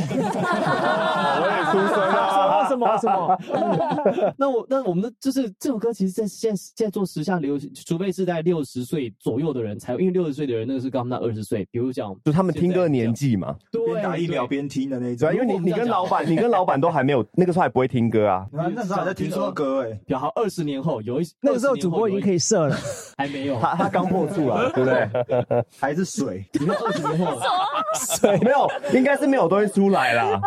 Speaker 1: 我也出生
Speaker 3: 啊！什么什么 什么？
Speaker 9: 那我那我们的就是这首歌，其实在现在现在做时下流行，除非是在六十岁左右的人才，因为六十岁的人那个是刚到二十岁，比如讲
Speaker 1: 就他们听歌的年纪嘛，
Speaker 6: 边打疫苗边听的那
Speaker 1: 对
Speaker 6: 种
Speaker 1: 啊，。因为你
Speaker 9: 如果我们
Speaker 1: 你
Speaker 9: 这样
Speaker 1: 跟
Speaker 9: 讲
Speaker 1: 老板，你跟老板都还没有那个时候还不会听歌啊，
Speaker 6: 啊那时候还在听说歌哎，
Speaker 9: 然后二十年后有一
Speaker 3: 那个时候主播已经可以射了，
Speaker 9: 还没有，
Speaker 1: 他他刚破处了，对不对？
Speaker 6: 还是水，
Speaker 9: 你看二十年 后
Speaker 1: 没有，应该是没有东西出来啦。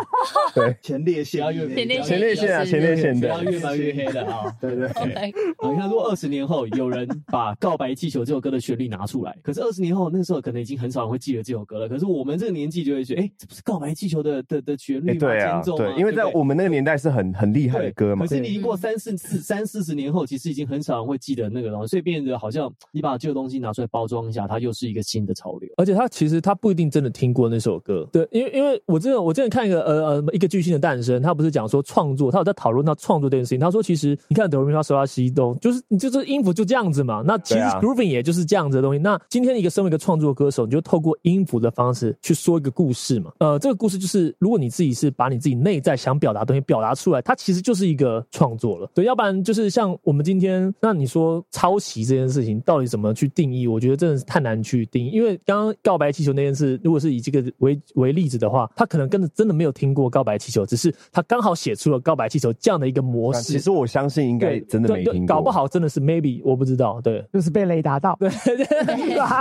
Speaker 1: 对，
Speaker 6: 前列腺
Speaker 9: 不要越
Speaker 6: 前列
Speaker 1: 前列腺啊，前列腺
Speaker 9: 不
Speaker 1: 的
Speaker 9: 要，越描越黑的啊。
Speaker 6: 对对对，
Speaker 9: 好，你看，如果二十年后有人把《告白气球》这首歌的旋律拿出来，可是二十年后那时候可能已经很少人会记得这首歌了。可是我们这个年纪就会觉得，哎、这不是《告白气球的》的的旋律
Speaker 1: 哎
Speaker 9: 吗？
Speaker 1: 对啊
Speaker 9: 间，奏吗
Speaker 1: 对，因为在
Speaker 9: 对不对
Speaker 1: 我们那个年代是很很厉害的歌嘛
Speaker 9: 可。是你已经过三四四三四十年后，其实已经很少人会记得那个东西，所以变得好像你把旧东西拿出来包装一下，它又是一个新的潮流。
Speaker 2: 而且他其实他不一定真的听过那首歌，对，因为因为我真的我真的看一个呃呃一个巨星的诞生，他不是讲说创作，他有在讨论到创作这件事情。他说其实你看哆瑞咪发嗦拉西哆，就是你就这音符就这样子嘛，那其实
Speaker 1: 对啊
Speaker 2: grooving 也就是这样子的东西。那今天一个身为一个创作歌手，你就透过音符的方式去说一个故事嘛，呃，这个故事就是如果你自己是把你自己内在想表达的东西表达出来，它其实就是一个创作了，对，要不然就是像我们今天那你说抄袭这件事情到底怎么去定义？我觉得真的是太难去定义，因为刚刚告白气球那件事，如果是以这个为为例子的话，他可能跟着真的没有听过告白气球，只是他刚好写出了告白气球这样的一个模
Speaker 1: 但
Speaker 2: 式。
Speaker 1: 其实我相信应该
Speaker 2: 对，
Speaker 1: 真的
Speaker 2: 对
Speaker 1: 没
Speaker 2: 对
Speaker 1: 听过，
Speaker 2: 搞不好真的是 maybe 我不知道，对。
Speaker 3: 就是被雷打到。
Speaker 2: 对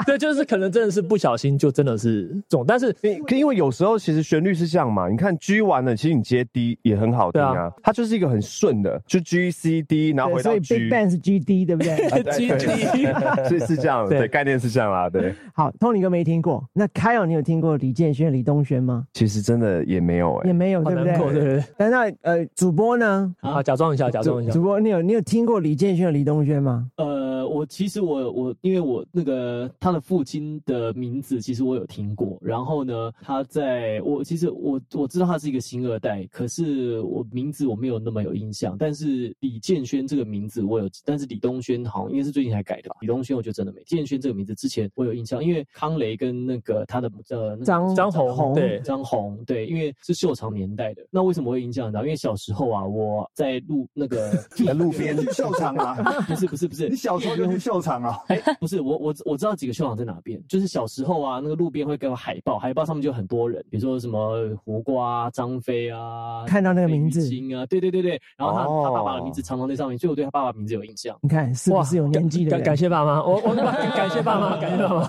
Speaker 2: 对，就是可能真的是不小心就真的是中，但是
Speaker 1: 因可因为有时候其实旋律是这样嘛，你看 G 完了，其实你接 D 也很好听
Speaker 2: 对
Speaker 1: 啊，它就是一个很顺的，就 G C D，然后
Speaker 3: 对
Speaker 1: 回
Speaker 3: 所
Speaker 1: 到
Speaker 3: 以 Big
Speaker 1: G，
Speaker 3: Bang 是 GD 对不对？
Speaker 1: 啊对对
Speaker 2: GD
Speaker 1: 是是这样，
Speaker 2: 对
Speaker 1: 对，概念是这样啦，对，
Speaker 3: 好，Tony 哥没听过，那 Kyle 你有听过李健轩、李东轩吗？
Speaker 1: 其实真的也没有哎
Speaker 3: 也，没有，
Speaker 2: 好
Speaker 3: 对不
Speaker 2: 难过，对
Speaker 3: 对？
Speaker 2: 不对？
Speaker 3: 但那呃，主播呢？
Speaker 2: 啊，假装一下，假装一下
Speaker 3: 主。播，你有你有听过李健轩、李东轩吗？
Speaker 9: 呃，我其实我我因为我那个他的父亲的名字，其实我有听过。然后呢，他在我其实我我知道他是一个星二代，可是我名字我没有那么有印象。但是李建轩这个名字我有，但是李东轩好像应该是最近才改的吧。李东轩我就真的没建轩这个名字之前我有印象，因为康雷跟那个他的呃那个
Speaker 3: 张
Speaker 2: 张红对
Speaker 9: 张红，对，因为是秀场年代的。那为什么会有印象呢？因为小时候啊，我在路那个
Speaker 1: 在路边
Speaker 6: 去秀场啊，
Speaker 9: 不是不是不是，
Speaker 6: 你小时候就去秀场啊？
Speaker 9: 哎，不是我我我知道几个秀场在哪边，就是小时候啊，那个路边会给我海报，海报上面就有很多人，比如说什么胡瓜、啊、张飞啊，
Speaker 3: 看到那个名字
Speaker 9: 费玉清啊，对对对对，然后他、
Speaker 1: 哦
Speaker 9: 他爸爸的名字常常在上面，所以我对他爸爸名字有印象。
Speaker 3: 你看是不是有年纪的
Speaker 2: 感感
Speaker 3: 人？
Speaker 2: 谢爸妈，我我感谢爸妈，感谢爸妈。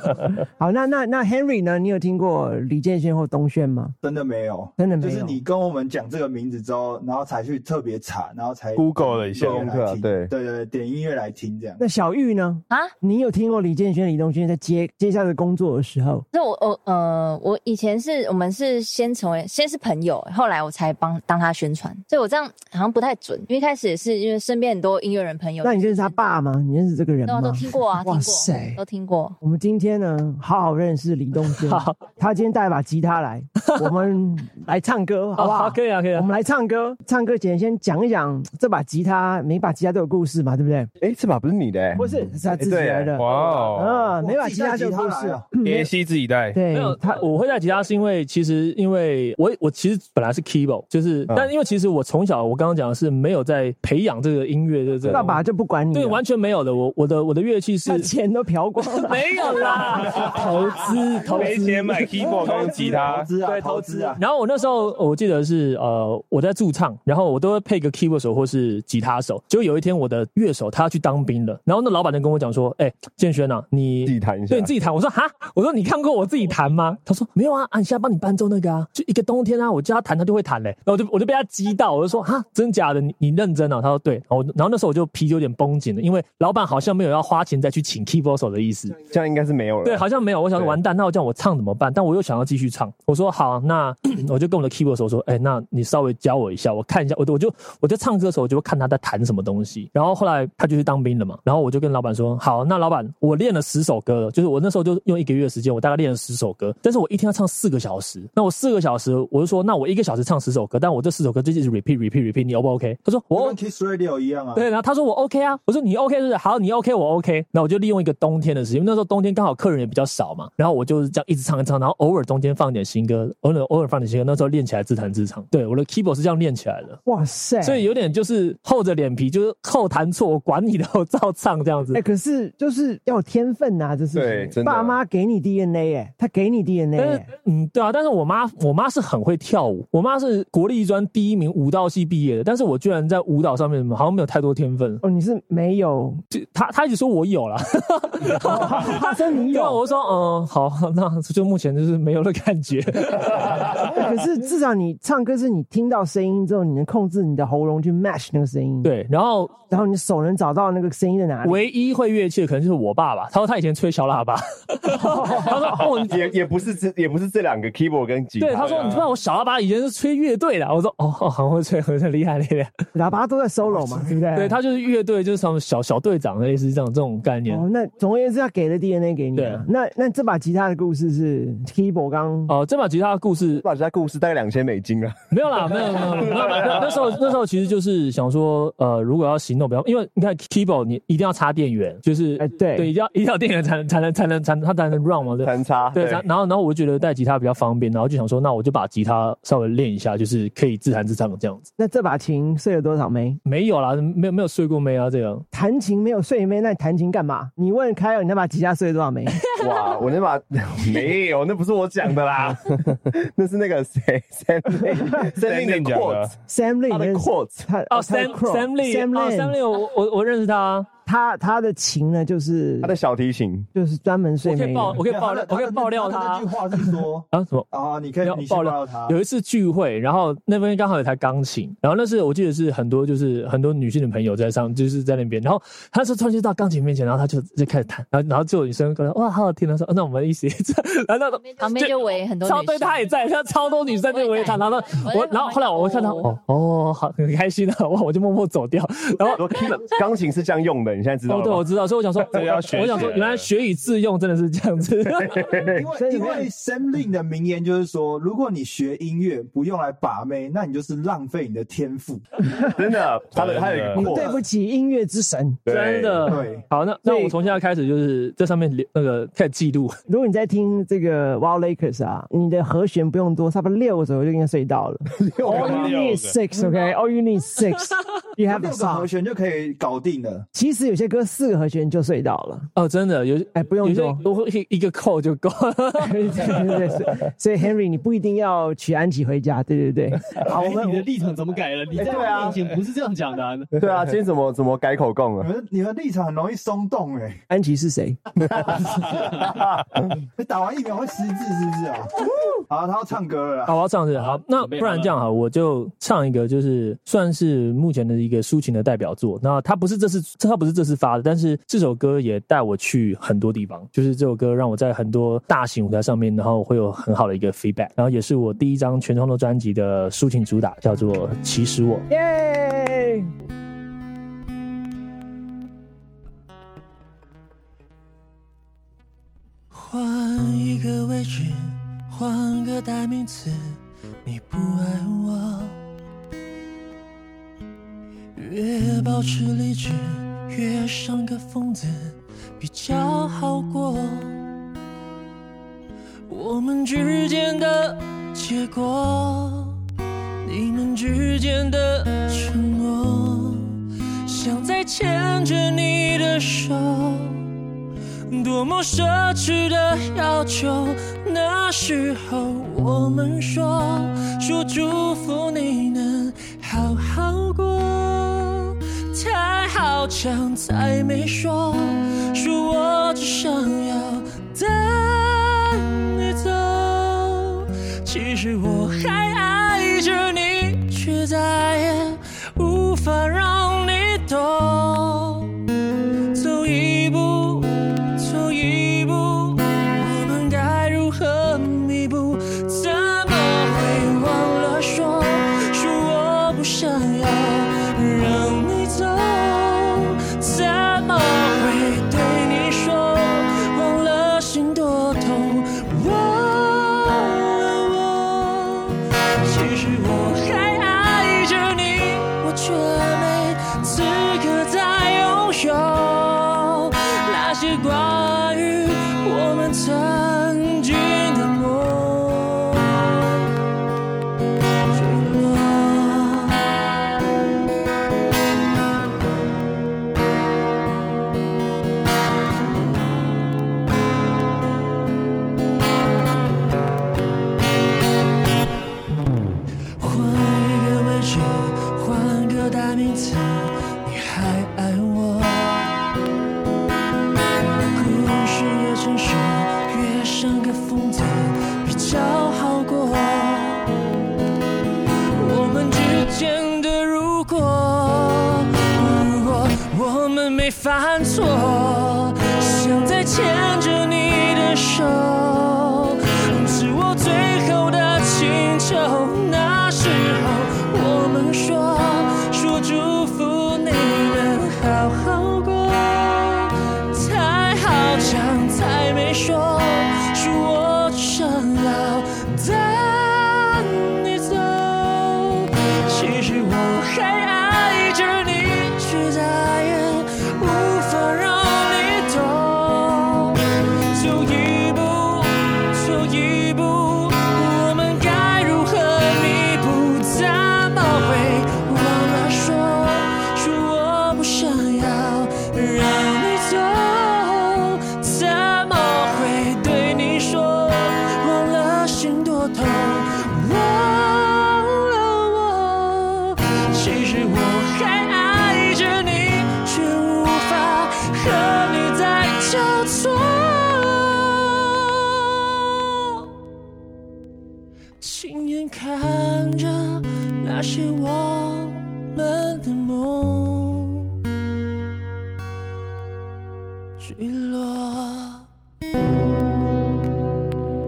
Speaker 3: 好，那那那 Henry 呢？你有听过李健轩或东轩吗？
Speaker 6: 真的没有，
Speaker 3: 真的没有
Speaker 6: 就是你跟我们讲这个名字之后，然后才去特别查，然后才
Speaker 5: Google 了一下
Speaker 6: 点音乐来听
Speaker 1: 对
Speaker 6: 对对对，点音乐来听这样。
Speaker 3: 那小玉呢？
Speaker 8: 啊，
Speaker 3: 你有听过李健轩、李东轩在接接下来的工作的时候？
Speaker 8: 那我我呃，我以前是我们是先成为先是朋友，后来我才帮当他宣传，所以我这样好像不太准，因为一开始也是因为身边很多音乐人朋友，
Speaker 3: 那你认识他爸吗？你认识这个人
Speaker 8: 对啊
Speaker 3: 吗？
Speaker 8: 都听过啊，听
Speaker 3: 哇
Speaker 8: 过
Speaker 3: 塞，
Speaker 8: 都听过，
Speaker 3: 我们今天呢，好好认识李东 轩
Speaker 2: 好。
Speaker 3: 他今天带把吉 他来，我们来唱歌，好不好？
Speaker 2: 好，可以啊，可以
Speaker 3: 我
Speaker 2: 啊
Speaker 3: 们。来唱歌。唱歌前先讲一讲这把吉他，每把吉他都有故事嘛，对不对？
Speaker 1: 哎，这把不是你的欸，
Speaker 3: 不是，是他自己来的。
Speaker 5: 哇哦，
Speaker 3: 啊，每把吉他都有故
Speaker 6: 自己带吉他
Speaker 3: 事
Speaker 6: 来啊。
Speaker 5: 妍希自己带，
Speaker 3: 对
Speaker 2: 没有，
Speaker 3: 他
Speaker 2: 他，我会带吉他是因为其实因为我我其实本来是 keyboard，就是、
Speaker 1: 嗯
Speaker 2: 但因为其实我从小我刚刚讲的是没有在培养这个音乐的这个
Speaker 3: 爸爸就不管你了，
Speaker 2: 对完全没有的，我我的我的乐器是。
Speaker 3: 他钱都嫖光 了
Speaker 2: 没有啦，投资投
Speaker 5: 没
Speaker 2: 资
Speaker 5: 钱买 keyboard 跟吉
Speaker 6: 投
Speaker 5: 他，
Speaker 6: 资啊，投资啊，
Speaker 2: 然后我那时候我记得是呃我在驻唱，然后我都会配个 keyboard 手或是吉他手。就有一天我的乐手他要去当兵了，然后那老板就跟我讲说，哎、建轩呐、啊，你自己
Speaker 1: 弹一下，
Speaker 2: 对，你自己弹。我说哈，我说你看过我自己弹吗？他说没有啊，啊，你现在帮你伴奏那个啊，就一个冬天啊，我叫他弹，他就会弹嘞、然后我就我就被他激到，我就说哈，真假的，你你认真啊？他说对，然后我然后那时候我就脾气有点绷紧了，因为老板好像没有要花钱再去请 keyboard 手的意思，
Speaker 1: 这样应该是没有了。
Speaker 2: 对，好像没有。我想说完蛋，那我这样我唱怎么办？但我又想要继续唱。我说好，啊那 我就跟我的 keyboard 手说，哎、那你稍微教我一下，我看一下。我我就我在唱歌的时候，我就会看他在弹什么东西。然后后来他就去当兵了嘛，然后我就跟老板说，好，那老板，我练了十首歌了，就是我那时候就用一个月的时间，我大概练了十首歌，但是我一天要唱四个小时。那我四个小时，我就说，那我一个小时唱十首歌，但我这四首歌就一直 repeat repeat repeat，你 O 不 OK？他说我
Speaker 6: 跟 Kiss Radio 一样啊。
Speaker 2: 对，然后他说我 OK 啊，我说你 OK 是不是？好，你 OK 我 OK，那我就利用一个冬天的时间，因为那时候冬天刚好客人也比较少嘛，然后我就是这样一直唱一直唱，然后偶尔中间放点新歌，偶尔偶尔放点新歌，那时候练起来自弹自唱。对，我的 keyboard 是这样练起来的，
Speaker 3: 哇塞！
Speaker 2: 所以有点就是厚着脸皮，就是后弹错，我管你的，我照唱这样子。
Speaker 3: 哎、可是就是要有天分呐、这是
Speaker 2: 对真的
Speaker 3: 爸妈给你 DNA 哎、他给你 DNA
Speaker 2: 但
Speaker 3: 哎、
Speaker 2: 是，嗯，对啊，但是我妈，我妈是很会跳舞，我妈是国立艺专第一名舞蹈系毕业的，但是我居然在舞蹈上面好像没有太多天分。
Speaker 3: 哦，你是 没有？
Speaker 2: 她她一直说我有啦，
Speaker 3: 她说你有，
Speaker 2: 我说嗯，好， 那就目前就是没有的感 觉。啊
Speaker 3: 哎可是至少你唱歌是你听到声音之后，你能控制你的喉咙去 match 那个声音。
Speaker 2: 对，然后
Speaker 3: 然后你手能找到那个声音在哪里。
Speaker 2: 唯一会乐器的可能就是我爸爸，他说他以前吹小喇叭， 他说 哦，
Speaker 1: 也也不是这也不是这两个 keyboard 跟吉他。
Speaker 2: 对，他
Speaker 3: 啊
Speaker 2: 说你知道我小喇叭以前是吹乐队的，我说哦，哦很会吹，很厉害厉 害。
Speaker 3: 喇叭都在 solo 嘛，对不对？
Speaker 2: 对他就是乐队，就是什么小小队长类似这样这种概念。
Speaker 3: 哦，那总而言之，他给了 DNA 给你、啊。那那这把吉他的故事是 keyboard 刚
Speaker 2: 哦，这把吉他的故事，这
Speaker 1: 把吉他故事大概两千美金 啊。
Speaker 2: 没有啦，没有没有没有没有那那时候那时候其实就是想说，呃，如果要行动，不要，因为你看 keyboard 你一定要插电源，就是
Speaker 3: 哎对
Speaker 2: 对，一定要一定要有电源才能才能才能才能它才能 run 嘛，对，
Speaker 1: 能插
Speaker 2: 啊对，
Speaker 1: 对
Speaker 2: 然然后然后我就觉得带吉他比较方便，然后就想说，那我就把吉他稍微练一下，就是可以自弹自唱这样子。
Speaker 3: 那这把琴睡了多少枚？
Speaker 2: 没有啦，没有没有睡过妹啊，这样。
Speaker 3: 弹琴没有睡没？那你弹琴干嘛？你问凯尔，你那把吉他睡了多 少枚？
Speaker 1: 哇，我那把 没有，那不是我讲的 啦，那是那个谁 Sam Lin Sam Lin 的 quote。
Speaker 3: Sam Lee
Speaker 1: 他的 quotes
Speaker 3: 他
Speaker 2: 哦，Sam Sam Lee，哦，Sam Lee，我我我认识他，啊
Speaker 3: 他他的琴呢，就是
Speaker 1: 他的小提琴，
Speaker 3: 就是专门睡
Speaker 2: 我可
Speaker 3: 美
Speaker 2: 以
Speaker 3: 的。
Speaker 2: 爆，我可以爆料，我可以爆料
Speaker 6: 他
Speaker 2: 他
Speaker 6: 那句话是 说
Speaker 2: 啊什么
Speaker 6: 啊，你可以你先
Speaker 2: 爆
Speaker 6: 爆
Speaker 2: 料
Speaker 6: 料他。
Speaker 2: 有一次聚会，然后那边刚好有台钢琴，然后那是我记得是很多就是很多女性的朋友在上，就是在那边，然后他是突然就到钢琴面前，然后他就就开始弹，然后然后就有女生跟他哇好好听，他说、哦那我们一起， 然后
Speaker 8: 旁边就围很多
Speaker 2: 超
Speaker 8: 女
Speaker 2: 对，
Speaker 8: 生
Speaker 2: 他也在，他超多女生在围他，然后我然后后来我看到哦哦好很开心啊，哇我就默默走掉，然后
Speaker 1: 钢琴是这样用的，你现在知道
Speaker 2: 哦
Speaker 1: 了吗？
Speaker 2: 对我知道，所以我想说
Speaker 1: 这个要学起来
Speaker 2: 我想说原来学以致用真的是这样子，
Speaker 6: 因为因为 Sam Lin 的名言就是说，如果你学音乐不用来把妹，那你就是浪费你的天赋。
Speaker 1: 真的，他的他有一个
Speaker 3: 你
Speaker 1: quote，啊
Speaker 3: 对不起音乐之神。
Speaker 2: 真的
Speaker 6: 对，
Speaker 2: 好那那我从现在开始就是在上面留那个开始记录。
Speaker 3: 如果你在听这个 Wild Lakers 啊，你的和弦不用多，差不多六个左右就应该睡 到了。All you need is six, OK? All you need is six. You have the
Speaker 6: 六个
Speaker 3: song.
Speaker 6: 和弦就可以搞定了。
Speaker 3: 其实有些歌四个和弦就睡到了。
Speaker 2: 哦，真的有
Speaker 3: 哎，不用
Speaker 2: 有些
Speaker 3: 多。
Speaker 2: 我一一个扣就够。
Speaker 3: 对对对，所以所以 Henry，你不一定要娶安琪回家，对对对。好，我
Speaker 9: 哎
Speaker 3: 们
Speaker 9: 你的立场怎么 改了？你在
Speaker 6: 对啊
Speaker 9: 我面前不是这样讲的啊。
Speaker 1: 对啊，今天怎么怎么改口供啊
Speaker 6: 你
Speaker 1: 了？
Speaker 6: 们你们立场很容易松动哎、
Speaker 3: 安琪是谁？
Speaker 6: 你打完疫苗会失智是不是啊？好，他要唱歌了啦。
Speaker 2: 好，我要唱是好，那
Speaker 9: 准备好
Speaker 2: 不然这样哈，我就唱一个，就是算是目前的一个抒情的代表作。那它不是这次，它不是这次发的，但是这首歌也带我去很多地方，就是这首歌让我在很多大型舞台上面，然后会有很好的一个 feedback，然后也是我第一张全创作专辑的抒情主打，叫做《其实我》。
Speaker 3: 耶！
Speaker 12: 换一个位置，换个代名词，你不爱我，越保持理智，越像个疯子，比较好过。我们之间的结果，你们之间的承诺，像在牵着你的手。多么奢侈的要求。那时候我们说，说祝福你能好好过，太好奇想再没说，是我只想要带你走。其实我还爱着你，却再也无法让你懂。走一步，走一步，我们该如何弥补？怎么会忘了说，是我不想要让你走？怎么会对你说，忘了心多痛？忘了我，其实我还爱着你，我却没资格再拥有那些关于我们曾经的梦。换一个位置，换个大名字，你还爱我？故事越成熟，越像个疯子，比较好过。我们之间的如果，如果我们没犯错，想再牵着你的手，是我最后的请求。那时候我们说说祝福你能好好过，才好像才没说，是我只想要带你走。其实我还爱着你，却再也无法让你懂。走一步，走一步，我们该如何弥补？怎么会忘了说，是我不想要让你走？怎么会对你说，忘了心多痛？忘了我，其实我还爱着你，却无法和你再交错。亲眼看着那些我们的梦坠落。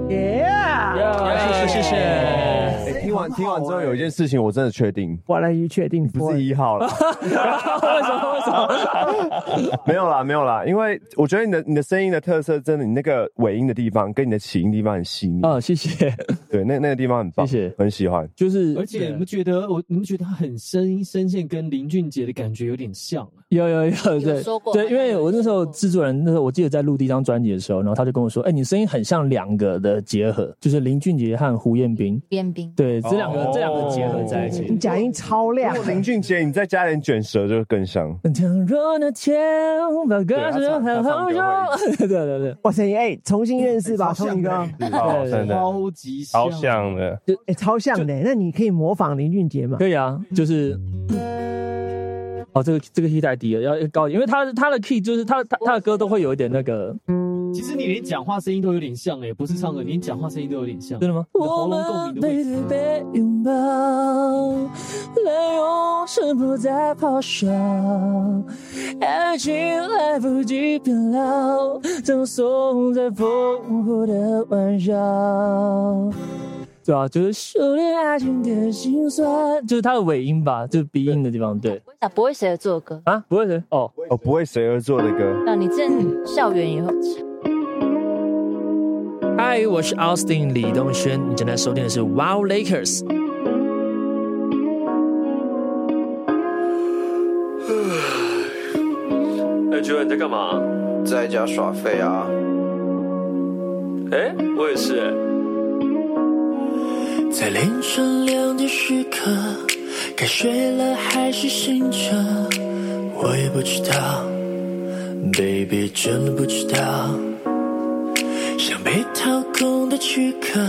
Speaker 3: Yeah，
Speaker 1: 谢谢。哎听完听完之后，有一件事情我真的确定，
Speaker 3: 我来于确定
Speaker 1: 不是一号 了。
Speaker 2: 为什么？为什么？
Speaker 1: 没有啦，没有啦，因为我觉得你的你的声音的特色，真的你那个尾音的地方跟你的起音地方很细腻。
Speaker 2: 哦，谢谢。
Speaker 1: 对，那那个地方很棒，
Speaker 2: 谢谢，
Speaker 1: 很喜欢。
Speaker 2: 就是，
Speaker 9: 而且你们觉得我，你们觉得他很声声线跟林俊杰的感觉有点像啊，
Speaker 2: 有有有，对
Speaker 9: 说过
Speaker 2: 对，因为我那时候制作人，那时候我记得在录第一张专辑的时候，然后他就跟我说：“哎、你声音很像两个的结合，就是林俊杰和胡彦斌。
Speaker 8: 边兵”。
Speaker 2: 对，这两个、这两个结合在一起。
Speaker 3: 你假音超亮
Speaker 1: 如。果林俊杰，你再加点卷舌就更像。
Speaker 2: 倘若那嗯天啊把哦歌声很好用， 对对对，
Speaker 3: 哇塞，哎、重新认识吧，聪宇哥，
Speaker 5: 好真的
Speaker 9: 超级
Speaker 5: 好像的，
Speaker 3: 哎、超像的、那你可以模仿林俊杰嘛？
Speaker 2: 可以啊，就是。哦，这个这个 key 太低了，要要高一点，因为他的他的 key 就是他他他的歌都会有一点那个，
Speaker 9: 其实你连讲话声音都有点像哎、不是唱歌，
Speaker 3: 嗯
Speaker 9: 你连讲话声音都有点像。
Speaker 3: 啊
Speaker 2: 真的吗？
Speaker 9: 你的喉咙共鸣的位置。
Speaker 12: 被拥抱，泪用声波在咆哮，爱情来不及变老，葬送在烽火的玩笑。
Speaker 2: 对啊，就是修炼爱情的心酸，就是他的尾音吧，就是鼻音的地方，对
Speaker 8: 啊，不会谁的做歌，
Speaker 2: 啊，不会是哦，
Speaker 1: 哦，不会谁而作的歌。
Speaker 8: 让你正校园以后，
Speaker 12: 嗨，我是 Austin 李东轩，你正在收听的是 Wow Lakers。
Speaker 13: 哎，觉得你在干嘛？在家耍废啊。哎，我也是哎。
Speaker 12: 在凌晨两点时刻，该睡了还是醒着？我也不知道，baby 真的不知道。像被掏空的躯壳，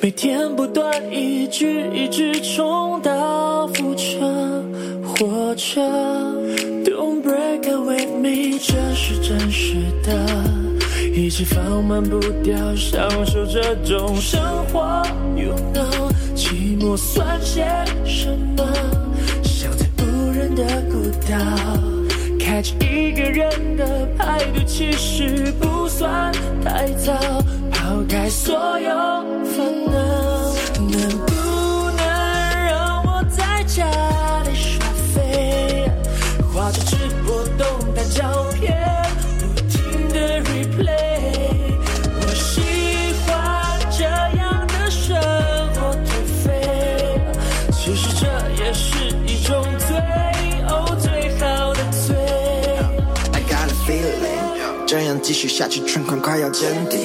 Speaker 12: 每天不断一句一句重蹈覆辙，活着。Don't break
Speaker 2: 秘，这是真实的，一直放慢步调，享受这种生活。You know，寂寞算些什么？像在无人的孤岛，开启一个人的派对，其实不算太早，抛开所有烦恼，能不能让我在家里耍飞？画着直播动态照片，不停的 replay。我喜欢这样的生活颓废，其实这也是一种最哦最好的最。
Speaker 12: I got a feeling，这样继续下去，存款快要见底，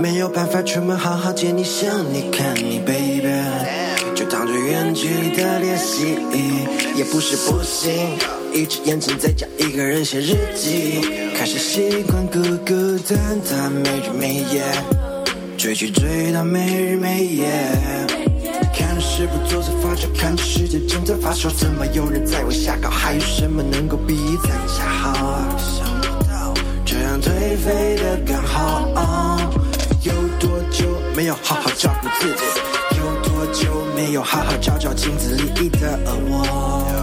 Speaker 12: 没有办法出门好好见你、想你、看你，baby。就当作远距离的练习，也不是不行。一只眼睛在家一个人写日记，开始习惯孤孤单单，没日没夜，追剧追到没日没夜。看着食谱做着发愁，看着世界正在发烧，怎么有人在往下搞？还有什么能够比在家好啊？想不到这样颓废的刚好、有多久没有好好照顾自己？有多久没有好好照照镜子里的我？哦